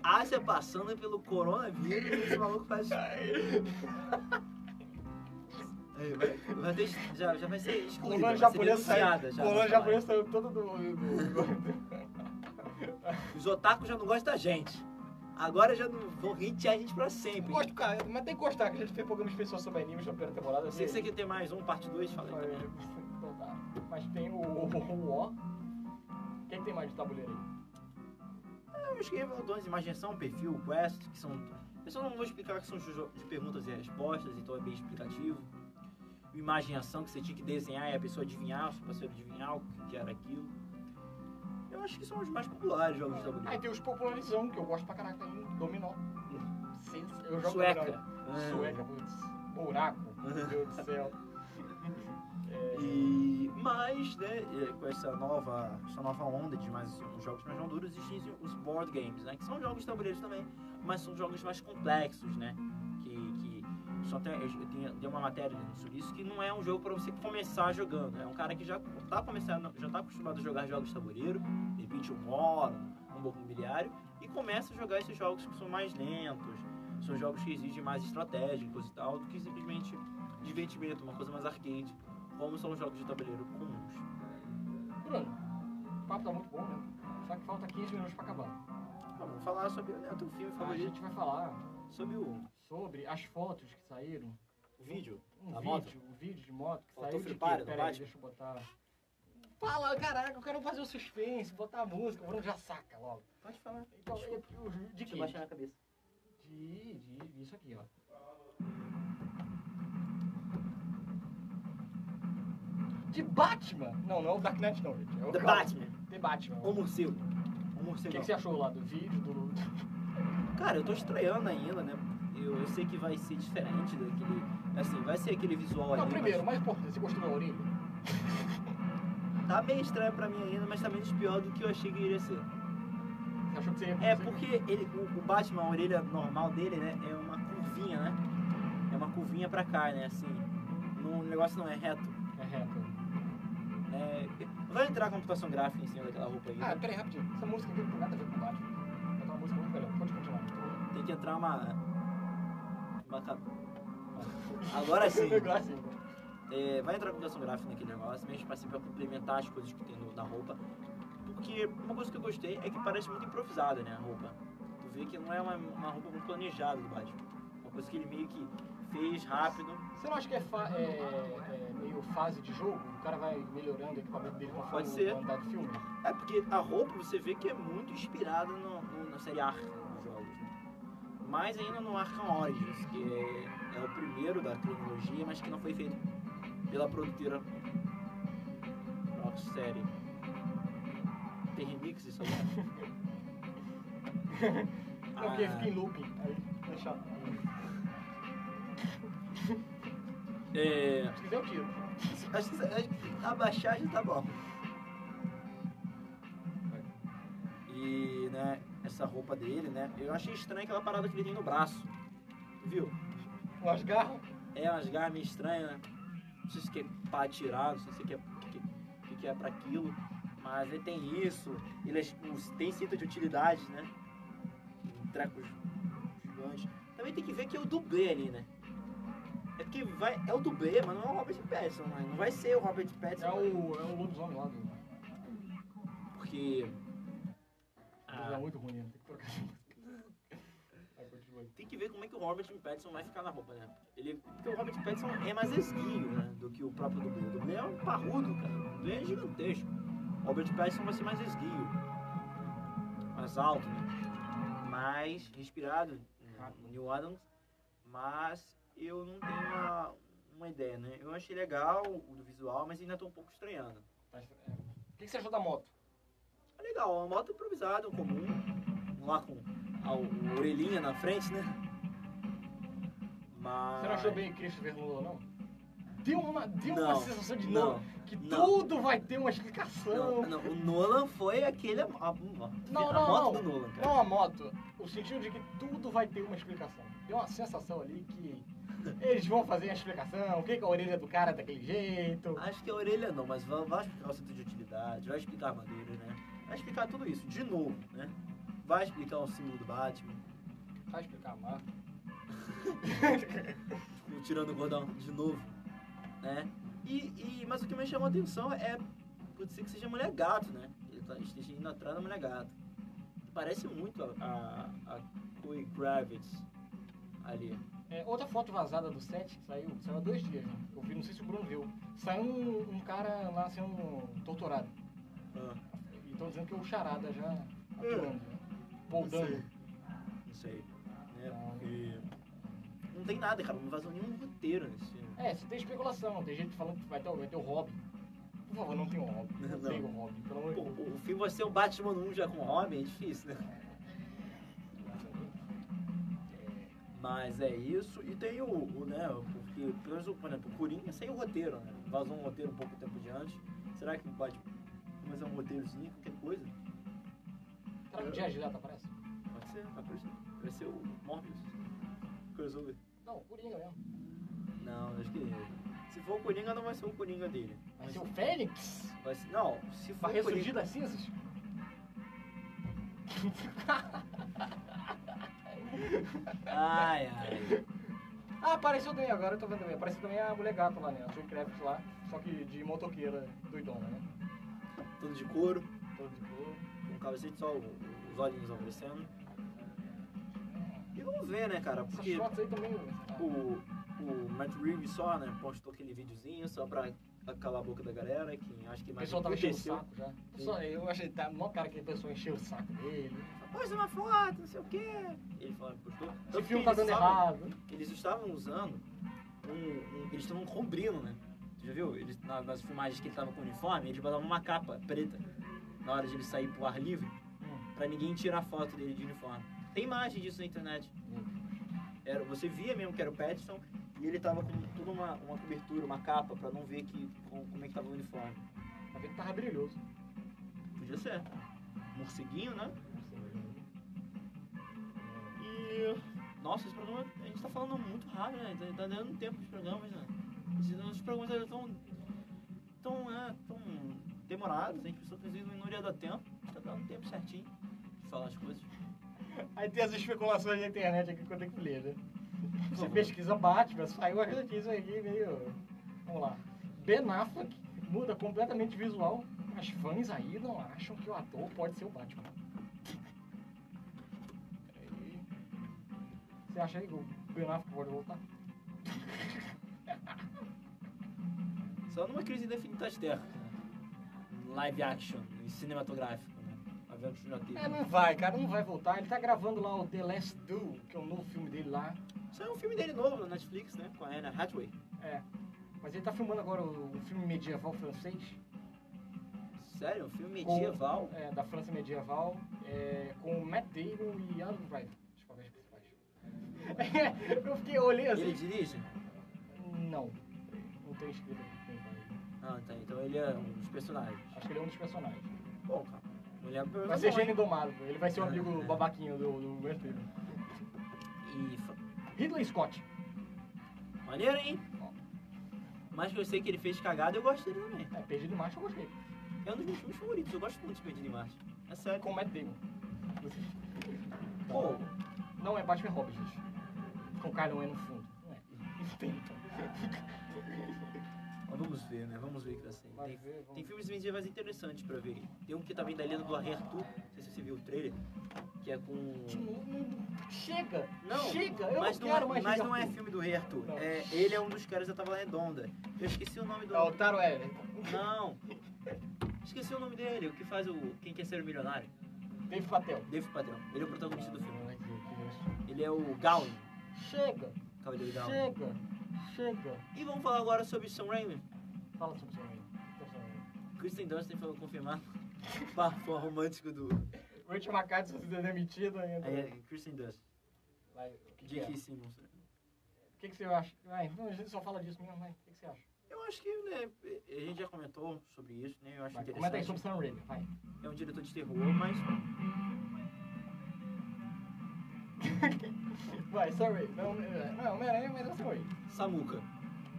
[SPEAKER 1] Ásia Ah, passando pelo coronavírus esse maluco faz. Aí, vai, vai ter, já, já vai ser excluído.
[SPEAKER 2] Colônia
[SPEAKER 1] vai ser
[SPEAKER 2] japonesa
[SPEAKER 1] denunciada
[SPEAKER 2] saiu.
[SPEAKER 1] já,
[SPEAKER 2] Colônia
[SPEAKER 1] nunca mais.
[SPEAKER 2] japonesa saiu todo do. do- do-
[SPEAKER 1] Os otakus já não gostam da gente. Agora já não vão hatear a gente pra sempre.
[SPEAKER 2] Gosto, cara, mas tem que gostar que a gente fez programa especial sobre animes na primeira temporada.
[SPEAKER 1] Eu sei que você quer ter mais um, parte 2, falei
[SPEAKER 2] Mas-
[SPEAKER 1] também.
[SPEAKER 2] então tá. Mas tem o o- o O. O que, que tem mais de tabuleiro aí?
[SPEAKER 1] Eu escrevi botões de imaginação, um perfil, quest, que são. Eu só não vou explicar que são jogos de perguntas e respostas, então é bem explicativo. O Imagem e ação, que você tinha que desenhar e a pessoa adivinhar, o seu parceiro adivinhar o que que era aquilo. Eu acho que são os mais populares jogos de
[SPEAKER 2] Aí
[SPEAKER 1] tabuleiro.
[SPEAKER 2] tem os popularizão, que eu gosto pra caraca aí, dominó. Sensa- Eu jogo
[SPEAKER 1] Sueca.
[SPEAKER 2] dominó.
[SPEAKER 1] Ah.
[SPEAKER 2] Sueca, putz. Buraco, meu Deus do céu.
[SPEAKER 1] E, mas, né, é, com essa nova, essa nova onda de mais os jogos mais maduros, existem os board games, né? Que são jogos de tabuleiros também, mas são jogos mais complexos, né? Que, que só tem, eu, eu tenho- dei uma matéria sobre isso, que não é um jogo para você começar jogando. É um cara que já tá começando, já tá acostumado a jogar jogos de tabuleiro, de repente um moro, um banco imobiliário, e começa a jogar esses jogos que são mais lentos, São jogos que exigem mais estratégicos e tal, do que simplesmente divertimento, uma coisa mais arcade, como são os jogos de tabuleiro comuns.
[SPEAKER 2] Bruno, o papo tá muito bom, né? Só que falta 15 minutos pra acabar.
[SPEAKER 1] Bom, vamos falar sobre né, o teu filme
[SPEAKER 2] A
[SPEAKER 1] favorito,
[SPEAKER 2] gente vai falar
[SPEAKER 1] sobre o
[SPEAKER 2] sobre as fotos que saíram.
[SPEAKER 1] vídeo.
[SPEAKER 2] Um
[SPEAKER 1] Da
[SPEAKER 2] vídeo,
[SPEAKER 1] moto?
[SPEAKER 2] um vídeo de moto que
[SPEAKER 1] Faltou
[SPEAKER 2] saiu
[SPEAKER 1] Free
[SPEAKER 2] de
[SPEAKER 1] Fire
[SPEAKER 2] quê?
[SPEAKER 1] do
[SPEAKER 2] Pera aí,
[SPEAKER 1] Batman?
[SPEAKER 2] deixa eu botar. Fala, caraca, eu quero fazer o suspense, botar a música, o Bruno já saca logo.
[SPEAKER 1] Pode falar.
[SPEAKER 2] Então, é, o- de
[SPEAKER 1] Deixa
[SPEAKER 2] que?
[SPEAKER 1] eu baixar na cabeça.
[SPEAKER 2] De, de, isso aqui, ó. De Batman! Não, não é o Dark Knight não, gente. É o
[SPEAKER 1] The Batman,
[SPEAKER 2] The Batman.
[SPEAKER 1] o morcego. O
[SPEAKER 2] O
[SPEAKER 1] morcego.
[SPEAKER 2] que, que você achou lá do vídeo, do...
[SPEAKER 1] Cara, eu tô estreando ainda, né? Eu, eu sei que vai ser diferente daquele. Assim, vai ser aquele visual
[SPEAKER 2] Não,
[SPEAKER 1] ali,
[SPEAKER 2] primeiro, o mais importante, você gostou da orelha?
[SPEAKER 1] mas tá bem estranho pra mim ainda, mas tá menos pior do que eu achei que iria ser.
[SPEAKER 2] Você achou que você ia...
[SPEAKER 1] É porque ele, o, o Batman, a orelha normal dele, né? É uma curvinha, né? É uma curvinha pra cá, né? Assim. Não- O negócio não é reto.
[SPEAKER 2] É reto.
[SPEAKER 1] né? Vai entrar computação gráfica em cima daquela roupa aí.
[SPEAKER 2] Ah,
[SPEAKER 1] né?
[SPEAKER 2] peraí, rapidinho. Essa música aqui não tem nada a ver com o Batman. É uma música muito melhor. Pode continuar.
[SPEAKER 1] Tem que entrar uma. uma ca- Agora sim.
[SPEAKER 2] Negócio.
[SPEAKER 1] É, vai entrar computação gráfica naquele negócio, mesmo pra, assim, pra complementar as coisas que tem no, na roupa. Porque uma coisa que eu gostei é que parece muito improvisada, né, a roupa. Tu vê que não é uma, uma roupa muito planejada do Batman. Uma coisa que ele meio que fez rápido.
[SPEAKER 2] Você não acha que é, fa- é- é meio fase de jogo? O cara vai melhorando o equipamento dele conforme
[SPEAKER 1] Pode ser.
[SPEAKER 2] o andar de filme?
[SPEAKER 1] É porque a roupa você vê que é muito inspirada no, no- na série Arkham dos jogos. né? Mais ainda no Arkham Origins, que é, é o primeiro da trilogia, mas que não foi feito pela produtora Rocksteady. Tem remix isso aí?
[SPEAKER 2] Não, porque
[SPEAKER 1] Ah.
[SPEAKER 2] fica em looping. Aí é chato.
[SPEAKER 1] É, Ah,
[SPEAKER 2] Se quiser, eu tiro.
[SPEAKER 1] acho que, acho que abaixar já tá bom. E, né, essa roupa dele, né, eu achei estranha aquela parada que ele tem no braço, viu?
[SPEAKER 2] Umas garras.
[SPEAKER 1] É umas garras meio estranhas, né? Não sei se que é pra atirar, não sei se que é, que, que- que é pra aquilo. Mas ele tem isso, ele é um- tem cinto de utilidade, né? Um treco gigante. Também tem que ver que é o dublê ali, né? É porque vai, é o dublê, mas não é o Robert Pattinson, né? Não vai ser o Robert Pattinson.
[SPEAKER 2] É o, é o lobisomem lá do...
[SPEAKER 1] Porque...
[SPEAKER 2] É
[SPEAKER 1] Ah,
[SPEAKER 2] muito ruim, né? Tem que trocar essa música. Aí continua.
[SPEAKER 1] tem que ver como é que o Robert Pattinson vai ficar na roupa, né? Ele, porque o Robert Pattinson é mais esguio, né? Do que o próprio dublê. O dublê é um parrudo, cara. O dublê é gigantesco. O Robert Pattinson vai ser mais esguio. Mais alto, né? Mais respirado né? no New Adams. Mas eu não tenho uma, uma ideia, né? Eu achei legal o do visual, mas ainda tô um pouco estranhando.
[SPEAKER 2] Mas, é. O que que você achou da moto?
[SPEAKER 1] É legal, uma moto improvisada, um comum. Lá com a, o- a orelhinha na frente, né? Mas...
[SPEAKER 2] Você não achou bem Christopher Nolan, não? Deu uma, deu uma
[SPEAKER 1] Não,
[SPEAKER 2] sensação de
[SPEAKER 1] Não.
[SPEAKER 2] não, que
[SPEAKER 1] não.
[SPEAKER 2] tudo vai ter uma explicação.
[SPEAKER 1] Não, não, o Nolan foi aquele. A, a, a
[SPEAKER 2] não,
[SPEAKER 1] moto
[SPEAKER 2] não.
[SPEAKER 1] do Nolan, cara.
[SPEAKER 2] Não a moto, o sentido de que tudo vai ter uma explicação. Deu uma sensação ali que eles vão fazer a explicação, o que, que a orelha do cara é daquele jeito.
[SPEAKER 1] Acho que a orelha não, mas vai, vai explicar o centro de utilidade, vai explicar a armadura, né? Vai explicar tudo isso, de novo, né? Vai explicar o símbolo do Batman,
[SPEAKER 2] Vai explicar a marca.
[SPEAKER 1] o tirando o gordão, de novo, né? E, e, mas o que me chamou a atenção é, pode ser que seja mulher gato, né? Ele tá, esteja indo atrás da mulher gato. Parece muito a, a, a Chloe Kravitz ali.
[SPEAKER 2] É, outra foto vazada do set que saiu, saiu há dois dias, né? Eu vi, não sei se o Bruno viu. Saiu um, um cara lá sendo torturado.
[SPEAKER 1] Ah,
[SPEAKER 2] E estão dizendo que é o Charada já atuando, né? Voltando.
[SPEAKER 1] não sei. Né? Porque. Não tem nada, cara, não vazou nenhum roteiro nesse filme.
[SPEAKER 2] É, você tem especulação, tem gente falando que vai ter, vai ter o Robin. Por favor, não tem o Robin. Não,
[SPEAKER 1] Não.
[SPEAKER 2] tem o Robin, pelo amor de
[SPEAKER 1] Pô,
[SPEAKER 2] Deus.
[SPEAKER 1] o filme vai ser o Batman 1 já com o Robin, é difícil, né? Mas é isso. E tem o, o, né, porque pelo menos o, por exemplo, o Coringa saiu o roteiro, né? Vazou um roteiro um pouco tempo diante. Será que o Batman mas é um roteirozinho, qualquer coisa?
[SPEAKER 2] Será que o Dia Gileta aparece?
[SPEAKER 1] Pode ser, vai aparecer. Vai ser o Morbius. Crossover.
[SPEAKER 2] Não, o Coringa mesmo.
[SPEAKER 1] Não, acho que se for o Coringa, não vai ser o Coringa dele.
[SPEAKER 2] Vai ser o um Fênix? assim,
[SPEAKER 1] Vai ser- não, se for
[SPEAKER 2] Vai
[SPEAKER 1] o Coringa...
[SPEAKER 2] ressurgir tipo? das cinzas?
[SPEAKER 1] né? Ai, ai.
[SPEAKER 2] Ah, apareceu também agora, eu tô vendo também. Apareceu também a mulher gato lá, né? A Zoe Kravitz lá, só que de motoqueira doidona, né?
[SPEAKER 1] Tudo de couro,
[SPEAKER 2] Todo de boa.
[SPEAKER 1] com um cabecete só, o- os olhinhos aparecendo. E vamos ver, né, cara?
[SPEAKER 2] Essas
[SPEAKER 1] Porque
[SPEAKER 2] fotos aí também.
[SPEAKER 1] o, o Matt Reeves só, né, postou aquele videozinho só pra calar a boca da galera, que acho que
[SPEAKER 2] O
[SPEAKER 1] mais
[SPEAKER 2] pessoal tava enchendo o
[SPEAKER 1] aconteceu.
[SPEAKER 2] saco já. O pessoal- eu achei que tá mó cara que o pessoal encheu o saco dele.
[SPEAKER 1] Posta uma foto, não sei o quê. Ele falou, postou.
[SPEAKER 2] Esse
[SPEAKER 1] Tanto que
[SPEAKER 2] filme tá
[SPEAKER 1] eles
[SPEAKER 2] dando
[SPEAKER 1] estavam-
[SPEAKER 2] errado.
[SPEAKER 1] Eles estavam usando um. um- eles estavam cobrindo, né? Tu já viu? Eles, na- nas filmagens que ele tava com uniforme, eles botavam uma capa preta na hora de ele sair pro ar livre
[SPEAKER 2] Hum.
[SPEAKER 1] pra ninguém tirar foto dele de uniforme. Tem imagem disso na internet.
[SPEAKER 2] Hum.
[SPEAKER 1] Era, você via mesmo que era o Pattinson e ele tava com toda uma, uma cobertura, uma capa, pra não ver que, com- como é que tava o uniforme.
[SPEAKER 2] Tá vendo que tava brilhoso.
[SPEAKER 1] Podia ser. né? Morceguinho, né? E. Nossa, esse programa. A gente tá falando muito rápido, né? Tá, tá dando tempo de programas, né? Esses, os programas eles tão. tão, né? tão demorados, a gente pensou que às vezes não ia dar tempo. Tá dando tempo certinho de falar as coisas.
[SPEAKER 2] Aí tem as especulações na internet aqui que eu tenho que ler, né? Você
[SPEAKER 1] favor.
[SPEAKER 2] pesquisa Batman, saiu as notícias aqui meio. Vamos lá. Ben Affleck muda completamente o visual, mas fãs aí não acham que o ator pode ser o Batman. Peraí. Você acha aí que o Ben Affleck pode voltar?
[SPEAKER 1] Só numa crise indefinida das terras, né? Live action, e cinematográfico, né? Live action já teve.
[SPEAKER 2] É, não vai, cara, não vai voltar. Ele tá gravando lá o The Last Duel, que é o novo filme dele lá.
[SPEAKER 1] Isso é um filme dele novo na Netflix, né? Com a Anna Hathaway.
[SPEAKER 2] É. Mas ele tá filmando agora o- um filme medieval francês.
[SPEAKER 1] Sério, um filme
[SPEAKER 2] Com-
[SPEAKER 1] medieval.
[SPEAKER 2] é, da França medieval, é, com Matt Damon e Adam Driver, os papéis principais. eu fiquei olhando
[SPEAKER 1] Ele
[SPEAKER 2] assim.
[SPEAKER 1] dirige?
[SPEAKER 2] Não, não tem escrito aqui quem vai.
[SPEAKER 1] Ah, tá. Então ele é um dos personagens.
[SPEAKER 2] Acho que ele é um dos personagens.
[SPEAKER 1] Bom, cara. Mulher né?
[SPEAKER 2] Vai ser
[SPEAKER 1] bom, hein?
[SPEAKER 2] gênio domado, ele vai ser o amigo babaquinho do, do Matt Damon.
[SPEAKER 1] E fa-
[SPEAKER 2] Ridley Scott.
[SPEAKER 1] maneiro, hein? Mas que eu sei que ele fez cagada, eu gosto dele também.
[SPEAKER 2] É, perdido em Marte eu gostei.
[SPEAKER 1] É um dos meus filmes favoritos, eu gosto muito de Perdido em Marte. É sério.
[SPEAKER 2] Com Matt Damon.
[SPEAKER 1] Pô,
[SPEAKER 2] Não é Batman e Robin, gente. Com Kylo Ren no fundo. Não é. Não tem, então.
[SPEAKER 1] mas vamos ver, né? Vamos ver o que vai ser.
[SPEAKER 2] Vai
[SPEAKER 1] Tem,
[SPEAKER 2] ver, vamos
[SPEAKER 1] tem filmes medievais interessantes pra ver. Tem um que também da lenda do Rei Arthur, não sei se você viu o trailer, que é com...
[SPEAKER 2] De novo, não- Chega!
[SPEAKER 1] Não,
[SPEAKER 2] Chega! Eu
[SPEAKER 1] mas
[SPEAKER 2] não
[SPEAKER 1] não, é-
[SPEAKER 2] quero mais
[SPEAKER 1] mas
[SPEAKER 2] Ridley
[SPEAKER 1] não é
[SPEAKER 2] Scott.
[SPEAKER 1] filme do Rei Arthur.
[SPEAKER 2] Não.
[SPEAKER 1] É, ele é um dos caras da Tábua Redonda. Eu esqueci o nome do...
[SPEAKER 2] É o Taro Everett.
[SPEAKER 1] Não. Esqueci o nome dele, o que faz o... Quem quer ser o milionário?
[SPEAKER 2] Dave Patel.
[SPEAKER 1] Dave Patel. Ele é o protagonista do filme. Ele é o Gawain,
[SPEAKER 2] Chega,
[SPEAKER 1] Cavaleiro Gawain.
[SPEAKER 2] chega, chega.
[SPEAKER 1] E vamos falar agora sobre Sam Raimi.
[SPEAKER 2] Fala sobre seu nome. sobre seu nome.
[SPEAKER 1] Kristen Dunst foi confirmado parto romântico do.
[SPEAKER 2] Rachel McAdams se der demitido ainda. né?
[SPEAKER 1] É, Kristen Dunst.
[SPEAKER 2] Vai, o que, que é?
[SPEAKER 1] J.K.
[SPEAKER 2] O
[SPEAKER 1] Simmons.
[SPEAKER 2] que, que você acha? Vai, não, a gente só fala disso mesmo, vai. O que, que você acha?
[SPEAKER 1] Eu acho que, né, a gente já comentou sobre isso, né? Eu acho
[SPEAKER 2] Vai, comenta aí
[SPEAKER 1] interessante.
[SPEAKER 2] sobre Sam Raimi, vai.
[SPEAKER 1] É um diretor de terror, mas.
[SPEAKER 2] Vai, Sam Raimi. Não, é, não é Homem-Aranha, mas é Sam Raimi.
[SPEAKER 1] Samuca.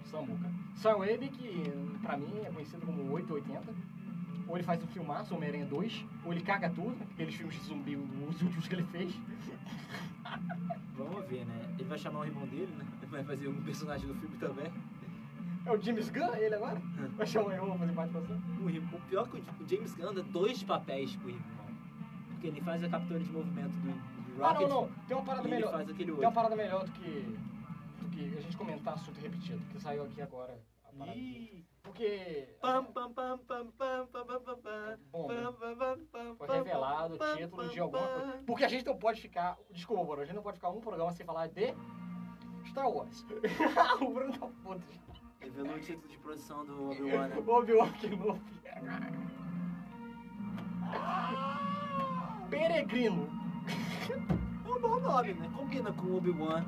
[SPEAKER 2] Samuca. Sam Raimi, que pra mim é conhecido como 880. Ou ele faz um filmaço, Homem-Aranha 2, ou ele caga tudo, aqueles filmes de zumbi, os últimos que ele fez.
[SPEAKER 1] Vamos ver, né? Ele vai chamar o irmão dele, né? Ele vai fazer um personagem do filme também.
[SPEAKER 2] É o James Gunn, ele agora? Vai chamar eu pra fazer participação?
[SPEAKER 1] O, irmão- o pior é que o James Gunn dá dois papéis pro irmão. Porque ele faz a captura de movimento do, do
[SPEAKER 2] Ah,
[SPEAKER 1] Rocket.
[SPEAKER 2] não, não. Tem uma parada
[SPEAKER 1] E ele
[SPEAKER 2] melhor.
[SPEAKER 1] faz aquele
[SPEAKER 2] Tem um uma
[SPEAKER 1] outro.
[SPEAKER 2] parada melhor do que, do que a gente comentar assunto repetido, que saiu aqui agora a parada.
[SPEAKER 1] Ih.
[SPEAKER 2] Porque.
[SPEAKER 1] Pam, pam, pam, pam, pam, pam, pam, pam, pam.
[SPEAKER 2] tá Bom,
[SPEAKER 1] Pam, pam, pam, pam,
[SPEAKER 2] foi
[SPEAKER 1] pam,
[SPEAKER 2] revelado o
[SPEAKER 1] pam,
[SPEAKER 2] título
[SPEAKER 1] pam,
[SPEAKER 2] de alguma
[SPEAKER 1] pam.
[SPEAKER 2] coisa. Porque a gente não pode ficar. Desculpa, Bruno, a gente não pode ficar um programa sem falar de. Star Wars. o Bruno tá puto.
[SPEAKER 1] Revelou o título de produção do Obi-Wan. né?
[SPEAKER 2] O Obi-Wan Kenobi. Peregrino.
[SPEAKER 1] É um bom nome, né? Combina com o Obi-Wan.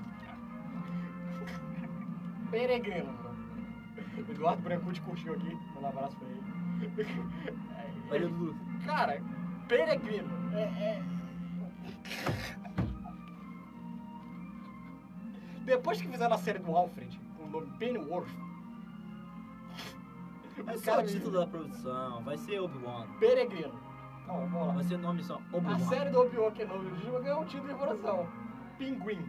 [SPEAKER 2] Peregrino, Bruno. O Eduardo Brancucci curtiu aqui. Manda um abraço pra ele. É
[SPEAKER 1] Valeu, Lu.
[SPEAKER 2] Cara, peregrino. É, é- Depois que fizeram a série do Alfred, o nome Pennyworth.
[SPEAKER 1] É só
[SPEAKER 2] cara,
[SPEAKER 1] o título da produção. Vai ser Obi-Wan.
[SPEAKER 2] Peregrino. Não, vamos lá.
[SPEAKER 1] Vai ser nome só
[SPEAKER 2] A
[SPEAKER 1] Obi-Wan.
[SPEAKER 2] série do Obi-Wan Kenobi do Jima ganhou um título de produção. pinguim,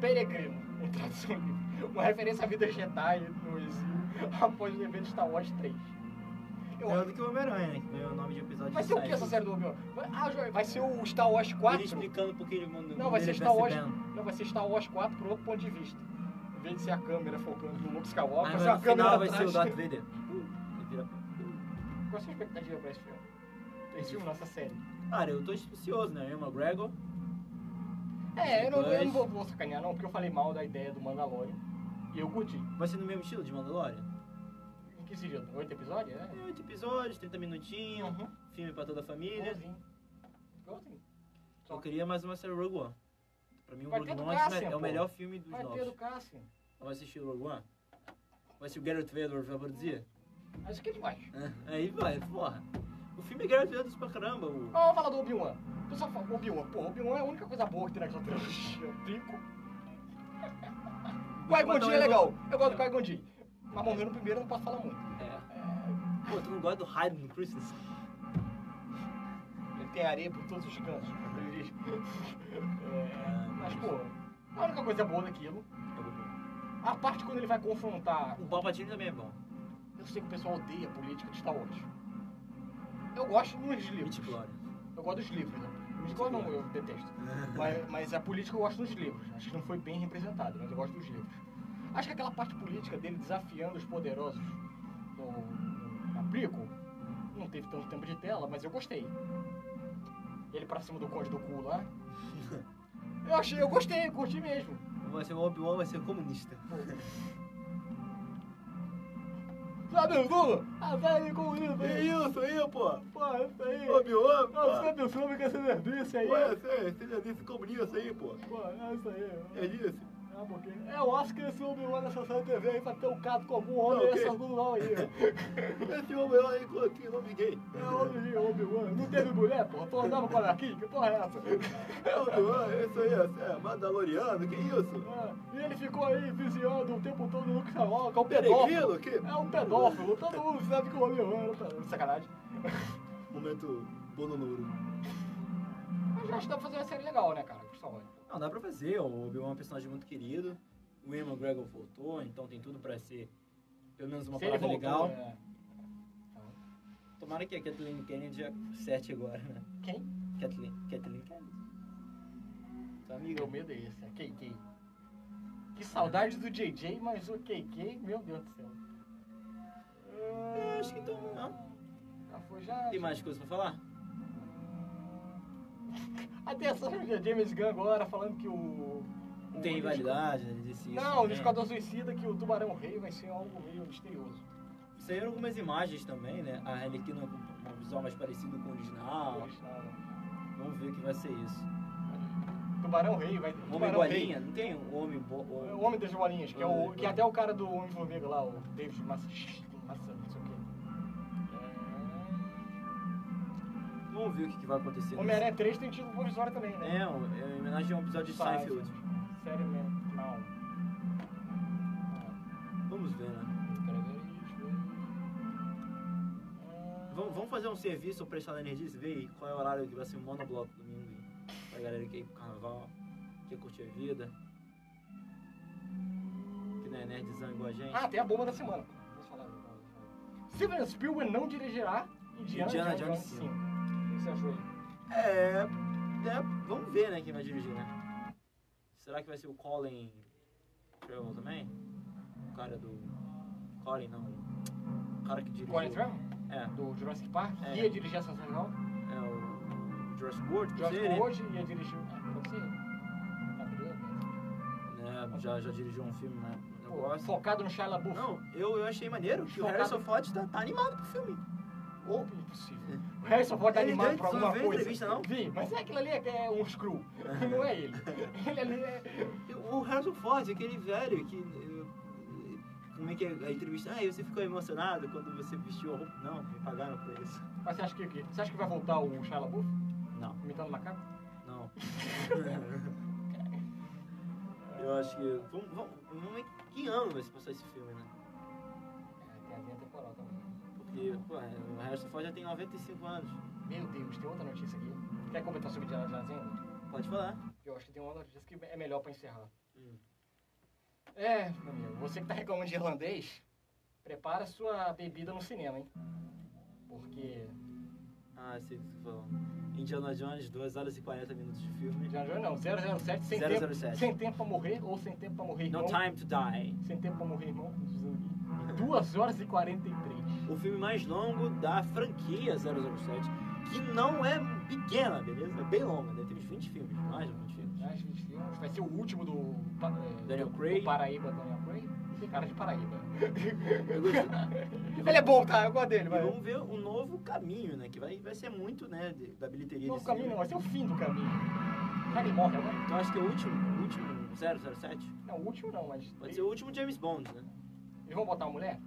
[SPEAKER 2] peregrino, em tradução livre. Uma referência à vida Jedi nos, após o evento Star Wars 3. Eu-
[SPEAKER 1] É do que o Homem-Aranha, que ganhou o nome de episódio
[SPEAKER 2] Vai ser o
[SPEAKER 1] sete.
[SPEAKER 2] que essa série do Obi-Wan? Vai- Ah, Joia, vai ser o Star Wars 4?
[SPEAKER 1] Ele explicando um pouquinho do mundo
[SPEAKER 2] Não, vai
[SPEAKER 1] dele,
[SPEAKER 2] ser Star
[SPEAKER 1] Percy
[SPEAKER 2] Wars.
[SPEAKER 1] Ben.
[SPEAKER 2] Não, vai ser Star Wars 4 por outro ponto de vista. Em vez de ser a câmera focando no Luke Skywalker,
[SPEAKER 1] Mas
[SPEAKER 2] vai ser a
[SPEAKER 1] no final
[SPEAKER 2] câmera
[SPEAKER 1] vai ser o
[SPEAKER 2] atrás.
[SPEAKER 1] Darth Vader. Uh, vira-
[SPEAKER 2] Qual a sua expectativa pra esse filme? Esse filme, nossa série.
[SPEAKER 1] Cara, eu tô ansioso, né? Ian McGregor.
[SPEAKER 2] É, eu não, eu não
[SPEAKER 1] Mas-
[SPEAKER 2] vou, vou sacanear não, porque eu falei mal da ideia do Mandalorian. E eu curti.
[SPEAKER 1] Vai ser no mesmo estilo de Mandalorian?
[SPEAKER 2] Em que seria? Oito episódios,
[SPEAKER 1] É,
[SPEAKER 2] né?
[SPEAKER 1] oito episódios, 30 minutinhos,
[SPEAKER 2] Uhum.
[SPEAKER 1] filme pra toda a família.
[SPEAKER 2] Igualzinho. Igualzinho. Só
[SPEAKER 1] Eu queria mais uma série Rogue One. Pra mim, o
[SPEAKER 2] Vai
[SPEAKER 1] Rogue
[SPEAKER 2] ter do
[SPEAKER 1] One é o
[SPEAKER 2] Cassian,
[SPEAKER 1] me- é o
[SPEAKER 2] pô.
[SPEAKER 1] melhor filme dos
[SPEAKER 2] Vai ter do
[SPEAKER 1] novos.
[SPEAKER 2] Cassian.
[SPEAKER 1] Vai assistir o Rogue One? Vai ser o Garrett Vader vai produzir?
[SPEAKER 2] Acho que é demais.
[SPEAKER 1] É, Aí vai, porra. O filme é Garrett Vader pra caramba. O...
[SPEAKER 2] Mas vamos falar do Obi-Wan. Tu só fala Obi-Wan. Pô, Obi-Wan é a única coisa boa que tem naquela trilogia. Eu Brinco. Qui-Gon Jinn é legal. Eu gosto do Qui-Gon Jinn. Mas morreu no primeiro, eu não posso falar muito.
[SPEAKER 1] É. Pô, tu não gosta do Hayden no Christmas?
[SPEAKER 2] Ele tem areia por todos os cantos. Ele- É, Mas, pô, a única coisa boa daquilo, a parte quando ele vai confrontar.
[SPEAKER 1] O Palpatine também é bom.
[SPEAKER 2] Eu sei que o pessoal odeia a política de Star Wars. Eu gosto nos livros.
[SPEAKER 1] Mitch Glory.
[SPEAKER 2] Eu gosto dos livros, né? Os livros não, eu detesto.
[SPEAKER 1] É.
[SPEAKER 2] Mas, mas a política eu gosto dos livros. Acho que não foi bem representada, mas eu gosto dos livros. Acho que aquela parte política dele desafiando os poderosos no, na prequel não teve tanto tempo de tela, mas eu gostei. Ele pra cima do Conde do Cu lá. Eu achei, eu gostei, eu curti mesmo.
[SPEAKER 1] Vai ser o Obi-Wan, vai ser comunista.
[SPEAKER 2] Sabe o Lula? Ah, vai com o Lula.
[SPEAKER 1] É isso aí, pô?
[SPEAKER 2] Pô, isso aí.
[SPEAKER 1] Obi-Wan,
[SPEAKER 2] o filme que essa nerdice
[SPEAKER 1] É
[SPEAKER 2] aí?
[SPEAKER 1] você já disse comunista aí, pô.
[SPEAKER 2] Pô, é isso aí.
[SPEAKER 1] isso.
[SPEAKER 2] Ah, porque- É, eu acho que esse Obi-Wan nessa série TV aí vai ter um caso com algum homem,
[SPEAKER 1] Ah, ok.
[SPEAKER 2] esse algum lá aí.
[SPEAKER 1] Esse Obi-Wan aí continua nome gay.
[SPEAKER 2] É homem de Obi-Wan. Não teve mulher, porra? Tu andava com a Anakin? Que porra é essa?
[SPEAKER 1] É Obi-Wan, isso aí, é Mandaloriano, que isso?
[SPEAKER 2] Ah, E ele ficou aí vigiando o tempo todo o Luke Skywalker, é um pedófilo.
[SPEAKER 1] que...
[SPEAKER 2] É um pedófilo. Todo mundo sabe que o Obi-Wan era um pedófilo. Sacanagem.
[SPEAKER 1] Momento bononuro.
[SPEAKER 2] Mas eu acho que dá pra fazer uma série legal, né, cara? Star Wars.
[SPEAKER 1] Não, dá pra fazer. O Obi-Wan é um personagem muito querido. O Ian McGregor voltou, então tem tudo pra ser pelo menos uma
[SPEAKER 2] Se ele
[SPEAKER 1] parada
[SPEAKER 2] voltou,
[SPEAKER 1] legal.
[SPEAKER 2] é.
[SPEAKER 1] Tomara que a Kathleen Kennedy acerte agora, né?
[SPEAKER 2] Quem?
[SPEAKER 1] Kathleen, Kathleen Kennedy. Sua amiga.
[SPEAKER 2] Meu medo é esse, é KK. Que saudade do JJ, mas o KK, meu Deus do céu.
[SPEAKER 1] Eu acho que então não.
[SPEAKER 2] Já foi, já.
[SPEAKER 1] Tem mais coisa pra falar?
[SPEAKER 2] Atenção, James Gunn agora falando que o.
[SPEAKER 1] Não
[SPEAKER 2] o-
[SPEAKER 1] tem validade, né? Ele disse isso.
[SPEAKER 2] Não, o
[SPEAKER 1] né?
[SPEAKER 2] Esquadrão Suicida que o Tubarão Rei vai ser algo meio misterioso.
[SPEAKER 1] Saíram algumas imagens também, né? A Arlequina com um visual mais parecido com o original.
[SPEAKER 2] Original, né?
[SPEAKER 1] Vamos ver o que vai ser isso.
[SPEAKER 2] Tubarão Rei vai.
[SPEAKER 1] Homem
[SPEAKER 2] Tubarão
[SPEAKER 1] bolinha? Ah, tá. Não tem o homem bo... um-
[SPEAKER 2] Rei. É
[SPEAKER 1] o-
[SPEAKER 2] O Homem das Bolinhas, que, é o,
[SPEAKER 1] Homem
[SPEAKER 2] que é
[SPEAKER 1] das
[SPEAKER 2] até o cara do Homem Formiga lá, o David Massa. Massa, não sei o quê.
[SPEAKER 1] Vamos ver o que que vai acontecer.
[SPEAKER 2] É... Homem-Aranha 3 tem título provisório também, né?
[SPEAKER 1] É, um- é em homenagem a um episódio de
[SPEAKER 2] Sabe.
[SPEAKER 1] Seinfeld.
[SPEAKER 2] Sério mesmo, não.
[SPEAKER 1] Vamos ver, né? Vamos, vamos fazer um serviço ou prestar na Energiz e ver aí qual é o horário que vai ser o monobloco domingo aí. Pra galera que quer ir pro carnaval, quer curtir a vida. Que não é nerdzão igual a gente.
[SPEAKER 2] Ah, tem a bomba da semana. Vamos falar. Steven Spielberg não dirigirá Indiana,
[SPEAKER 1] Indiana
[SPEAKER 2] Jones
[SPEAKER 1] Jones
[SPEAKER 2] 5. O que você achou aí?
[SPEAKER 1] É, é, Vamos ver, né, quem vai dirigir, né? Será que vai ser o Colin Trevor também? O cara do. Colin, não. O cara que dirigiu.
[SPEAKER 2] Colin Trevor,
[SPEAKER 1] É,
[SPEAKER 2] do Jurassic Park,
[SPEAKER 1] É.
[SPEAKER 2] ia dirigir a Sessão Real.
[SPEAKER 1] é o Jurassic World, pode
[SPEAKER 2] Jurassic
[SPEAKER 1] ser, né?
[SPEAKER 2] hoje ia dirigir. Ah, Pode ser. Tá curioso?
[SPEAKER 1] né? Já, já dirigiu um filme, né? Um
[SPEAKER 2] Pô,
[SPEAKER 1] negócio.
[SPEAKER 2] Focado no Shia LaBeouf.
[SPEAKER 1] Não, eu, eu achei maneiro que o
[SPEAKER 2] Focado.
[SPEAKER 1] Harrison Ford tá, tá animado pro filme.
[SPEAKER 2] Ou impossível. é O Harrison Ford tá
[SPEAKER 1] É. Ele
[SPEAKER 2] animado
[SPEAKER 1] deu-
[SPEAKER 2] por
[SPEAKER 1] tu
[SPEAKER 2] alguma
[SPEAKER 1] não viu a
[SPEAKER 2] coisa.
[SPEAKER 1] entrevista, não?
[SPEAKER 2] Vi, mas é aquilo ali é que é um screw. não é ele. Ele ali é.
[SPEAKER 1] O Harrison Ford, aquele velho que. eh, Como é que é a entrevista? Ah, e você ficou emocionado quando você vestiu a roupa? Não, me pagaram por isso.
[SPEAKER 2] Mas você acha que o quê? Você acha que vai voltar o Shia LaBeouf
[SPEAKER 1] Não.
[SPEAKER 2] imitando macaco?
[SPEAKER 1] Não. Eu acho que. Vamos, vamos, vamos ver que ano vai se passar esse filme, né?
[SPEAKER 2] É, tem a linha temporal também.
[SPEAKER 1] Porque, pô, é, o Harrison Ford já tem 95 anos.
[SPEAKER 2] Meu Deus, tem outra notícia aqui. Quer comentar sobre Indiana Jones ainda?
[SPEAKER 1] Pode falar.
[SPEAKER 2] Eu acho que tem uma notícia que é melhor pra encerrar.
[SPEAKER 1] Hum.
[SPEAKER 2] É, meu amigo, você que tá reclamando de irlandês, prepara sua bebida no cinema, hein? Porque
[SPEAKER 1] Ah, eu sei do que você falou. Indiana Jones, 2 horas e 40 minutos de filme.
[SPEAKER 2] já já não, 007 sem tempo,
[SPEAKER 1] 007.
[SPEAKER 2] sem tempo pra morrer ou sem tempo pra morrer
[SPEAKER 1] No
[SPEAKER 2] irmão.
[SPEAKER 1] Time to Die.
[SPEAKER 2] Sem tempo pra morrer irmão, dizendo aqui. 2 horas e 43.
[SPEAKER 1] O filme mais longo da franquia 007, que não é pequena, beleza? É bem longa, deve ter uns 20 filmes, mais de 20 filmes.
[SPEAKER 2] Mais 20 filmes. Vai ser o último do, pa- é,
[SPEAKER 1] Daniel
[SPEAKER 2] do-
[SPEAKER 1] Craig.
[SPEAKER 2] do Paraíba, Daniel Craig. Tem cara de Paraíba.
[SPEAKER 1] Eu gostei.
[SPEAKER 2] Ele é bom, tá? Eu gosto
[SPEAKER 1] E
[SPEAKER 2] dele, mas...
[SPEAKER 1] vamos ver um novo caminho, né? Que vai, vai ser muito, né, de- da bilheteria
[SPEAKER 2] Novo
[SPEAKER 1] desse
[SPEAKER 2] caminho não,
[SPEAKER 1] filme.
[SPEAKER 2] vai ser o fim do caminho. Será que ele morre agora?
[SPEAKER 1] Então acho que é o último, o último 007.
[SPEAKER 2] Não, o último não, mas...
[SPEAKER 1] Pode ser o último James Bond, né?
[SPEAKER 2] Eles vão botar uma mulher?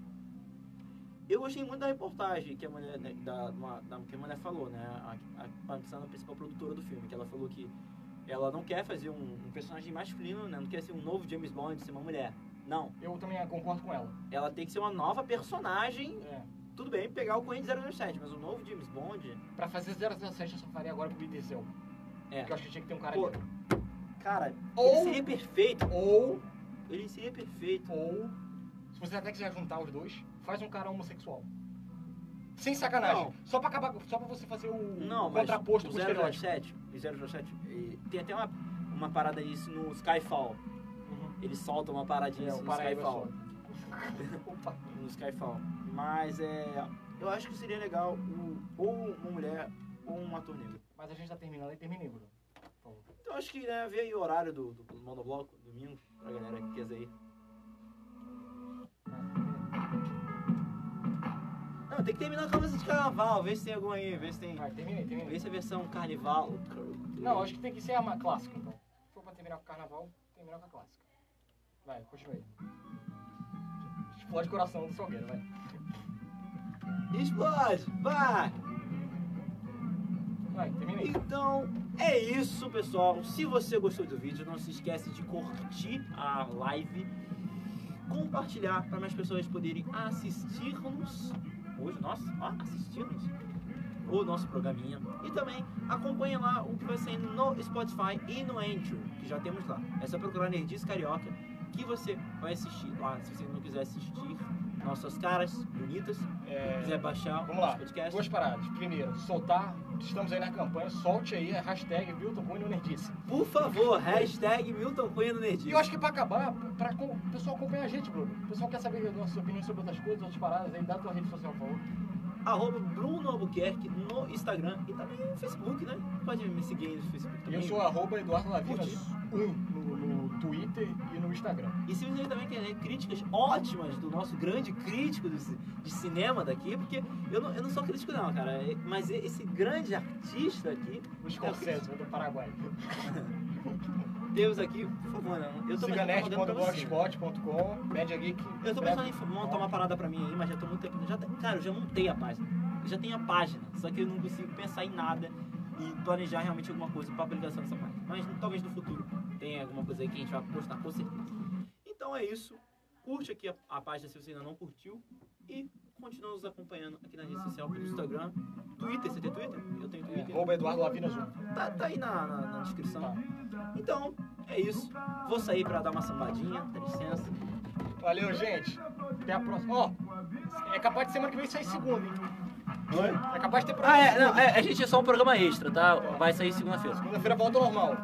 [SPEAKER 1] Eu gostei muito da reportagem que a mulher, né, da, uma- da- que a mulher falou, né? A, a, a Roxana, a principal produtora do filme, que ela falou que ela não quer fazer um, um personagem masculino, né? Não quer ser um novo James Bond, ser uma mulher. Não,
[SPEAKER 2] Eu também concordo com ela.
[SPEAKER 1] ela tem que ser uma nova personagem.
[SPEAKER 2] É.
[SPEAKER 1] Tudo bem, pegar o Coen de 007, mas o novo James Bond,
[SPEAKER 2] Pra fazer 007 eu só faria agora com o Vin Diesel.
[SPEAKER 1] É.
[SPEAKER 2] Porque eu acho que tinha que ter um cara
[SPEAKER 1] Pô,
[SPEAKER 2] negro.
[SPEAKER 1] cara, ele
[SPEAKER 2] Ou-
[SPEAKER 1] seria perfeito.
[SPEAKER 2] Ou,
[SPEAKER 1] Ele seria perfeito.
[SPEAKER 2] ou... Se você até quiser juntar os dois, faz um cara homossexual. Sem sacanagem. Só pra acabar... Só pra você fazer o
[SPEAKER 1] Não,
[SPEAKER 2] o
[SPEAKER 1] mas
[SPEAKER 2] contraposto
[SPEAKER 1] o
[SPEAKER 2] com o estereótipo.
[SPEAKER 1] 007, o 007, e tem até uma, uma parada disso no Skyfall.
[SPEAKER 2] Uhum.
[SPEAKER 1] Eles soltam uma paradinha
[SPEAKER 2] É,
[SPEAKER 1] disso
[SPEAKER 2] o
[SPEAKER 1] no
[SPEAKER 2] Paraíba
[SPEAKER 1] Skyfall.
[SPEAKER 2] só. Opa.
[SPEAKER 1] no Skyfall. Mas é. Eu acho que seria legal o- ou uma mulher ou um ator negro.
[SPEAKER 2] Mas a gente tá terminando aí, terminei, Bruno. Por favor.
[SPEAKER 1] Então acho que né, vê aí o horário do, do, do monobloco, domingo, pra galera que quiser ir. Não, tem que terminar com a música de carnaval, vê se tem alguma aí, vê se tem.
[SPEAKER 2] Vai, terminei, terminei.
[SPEAKER 1] Vê se é versão carnival.
[SPEAKER 2] Não,
[SPEAKER 1] é
[SPEAKER 2] acho que tem que ser a ma- clássica, então. Se for pra terminar com o carnaval, terminar com a clássica. Vai, continue. Explode o coração do Salgueiro, vai.
[SPEAKER 1] Explode! Vai!
[SPEAKER 2] Vai, terminei.
[SPEAKER 1] Então é isso, pessoal. Se você gostou do vídeo, não se esquece de curtir a live, compartilhar para mais pessoas poderem assistir-nos hoje, nossa, ó, assistir-nos o nosso programinha. E também acompanha lá o que vai saindo no Spotify e no Anchor, que já temos lá. É só procurar Nerdice Carioca que você vai assistir lá. Se você não quiser assistir nossas caras bonitas,
[SPEAKER 2] É,
[SPEAKER 1] quiser baixar
[SPEAKER 2] vamos
[SPEAKER 1] os
[SPEAKER 2] lá.
[SPEAKER 1] podcasts,
[SPEAKER 2] duas paradas. Primeiro, soltar. Estamos aí na campanha. Solte aí a hashtag Milton Cunha Nerdice.
[SPEAKER 1] por favor, hashtag Milton Cunha no Nerdice.
[SPEAKER 2] E eu acho que pra acabar, pra com- o pessoal acompanhar a gente, Bruno. O pessoal quer saber a nossa opinião sobre outras coisas, outras paradas, aí dá tua rede social, por favor.
[SPEAKER 1] arroba Bruno Albuquerque no Instagram e também no Facebook, né? Pode me seguir aí no Facebook
[SPEAKER 2] E
[SPEAKER 1] também.
[SPEAKER 2] eu sou arroba Eduardo Lavinas
[SPEAKER 1] Curte.
[SPEAKER 2] 1 no, no Twitter e no Instagram.
[SPEAKER 1] E se você também quer né, críticas ótimas do nosso grande crítico do ci- de cinema daqui, porque eu não, eu não sou crítico não, cara, é- mas e- esse grande artista aqui,
[SPEAKER 2] No Scorsese, do Paraguai.
[SPEAKER 1] temos aqui, por favor, né? Eu tô pensando em mandar pra você.
[SPEAKER 2] Ciganerd.blogspot.com, Media Geek.
[SPEAKER 1] Eu tô pensando em f- montar uma parada pra mim aí, mas já tô muito tempo. Já, te- cara, eu já montei a página. Eu já tenho a página, só que eu não consigo pensar em nada e planejar realmente alguma coisa pra aplicação dessa página. Mas talvez no futuro tenha alguma coisa aí que a gente vai postar com certeza. Então é isso. Curte aqui a, a página se você ainda não curtiu. E continua nos acompanhando aqui na rede social, pelo Instagram, Twitter. Você tem Twitter? Eu tenho
[SPEAKER 2] É,
[SPEAKER 1] Twitter.
[SPEAKER 2] arroba Eduardo Lavinas 1.
[SPEAKER 1] Tá, tá aí na, na- na descrição.
[SPEAKER 2] Tá.
[SPEAKER 1] Então, é isso. Vou sair pra dar uma sambadinha, dá licença.
[SPEAKER 2] Valeu, gente. Até a próxima. Ó, é capaz de semana que vem sair segunda, hein? É capaz de ter
[SPEAKER 1] Ah,
[SPEAKER 2] programa
[SPEAKER 1] é, não,
[SPEAKER 2] segunda.
[SPEAKER 1] é, a gente é só um programa extra, tá? Vai sair segunda-feira.
[SPEAKER 2] Segunda-feira volta ao normal.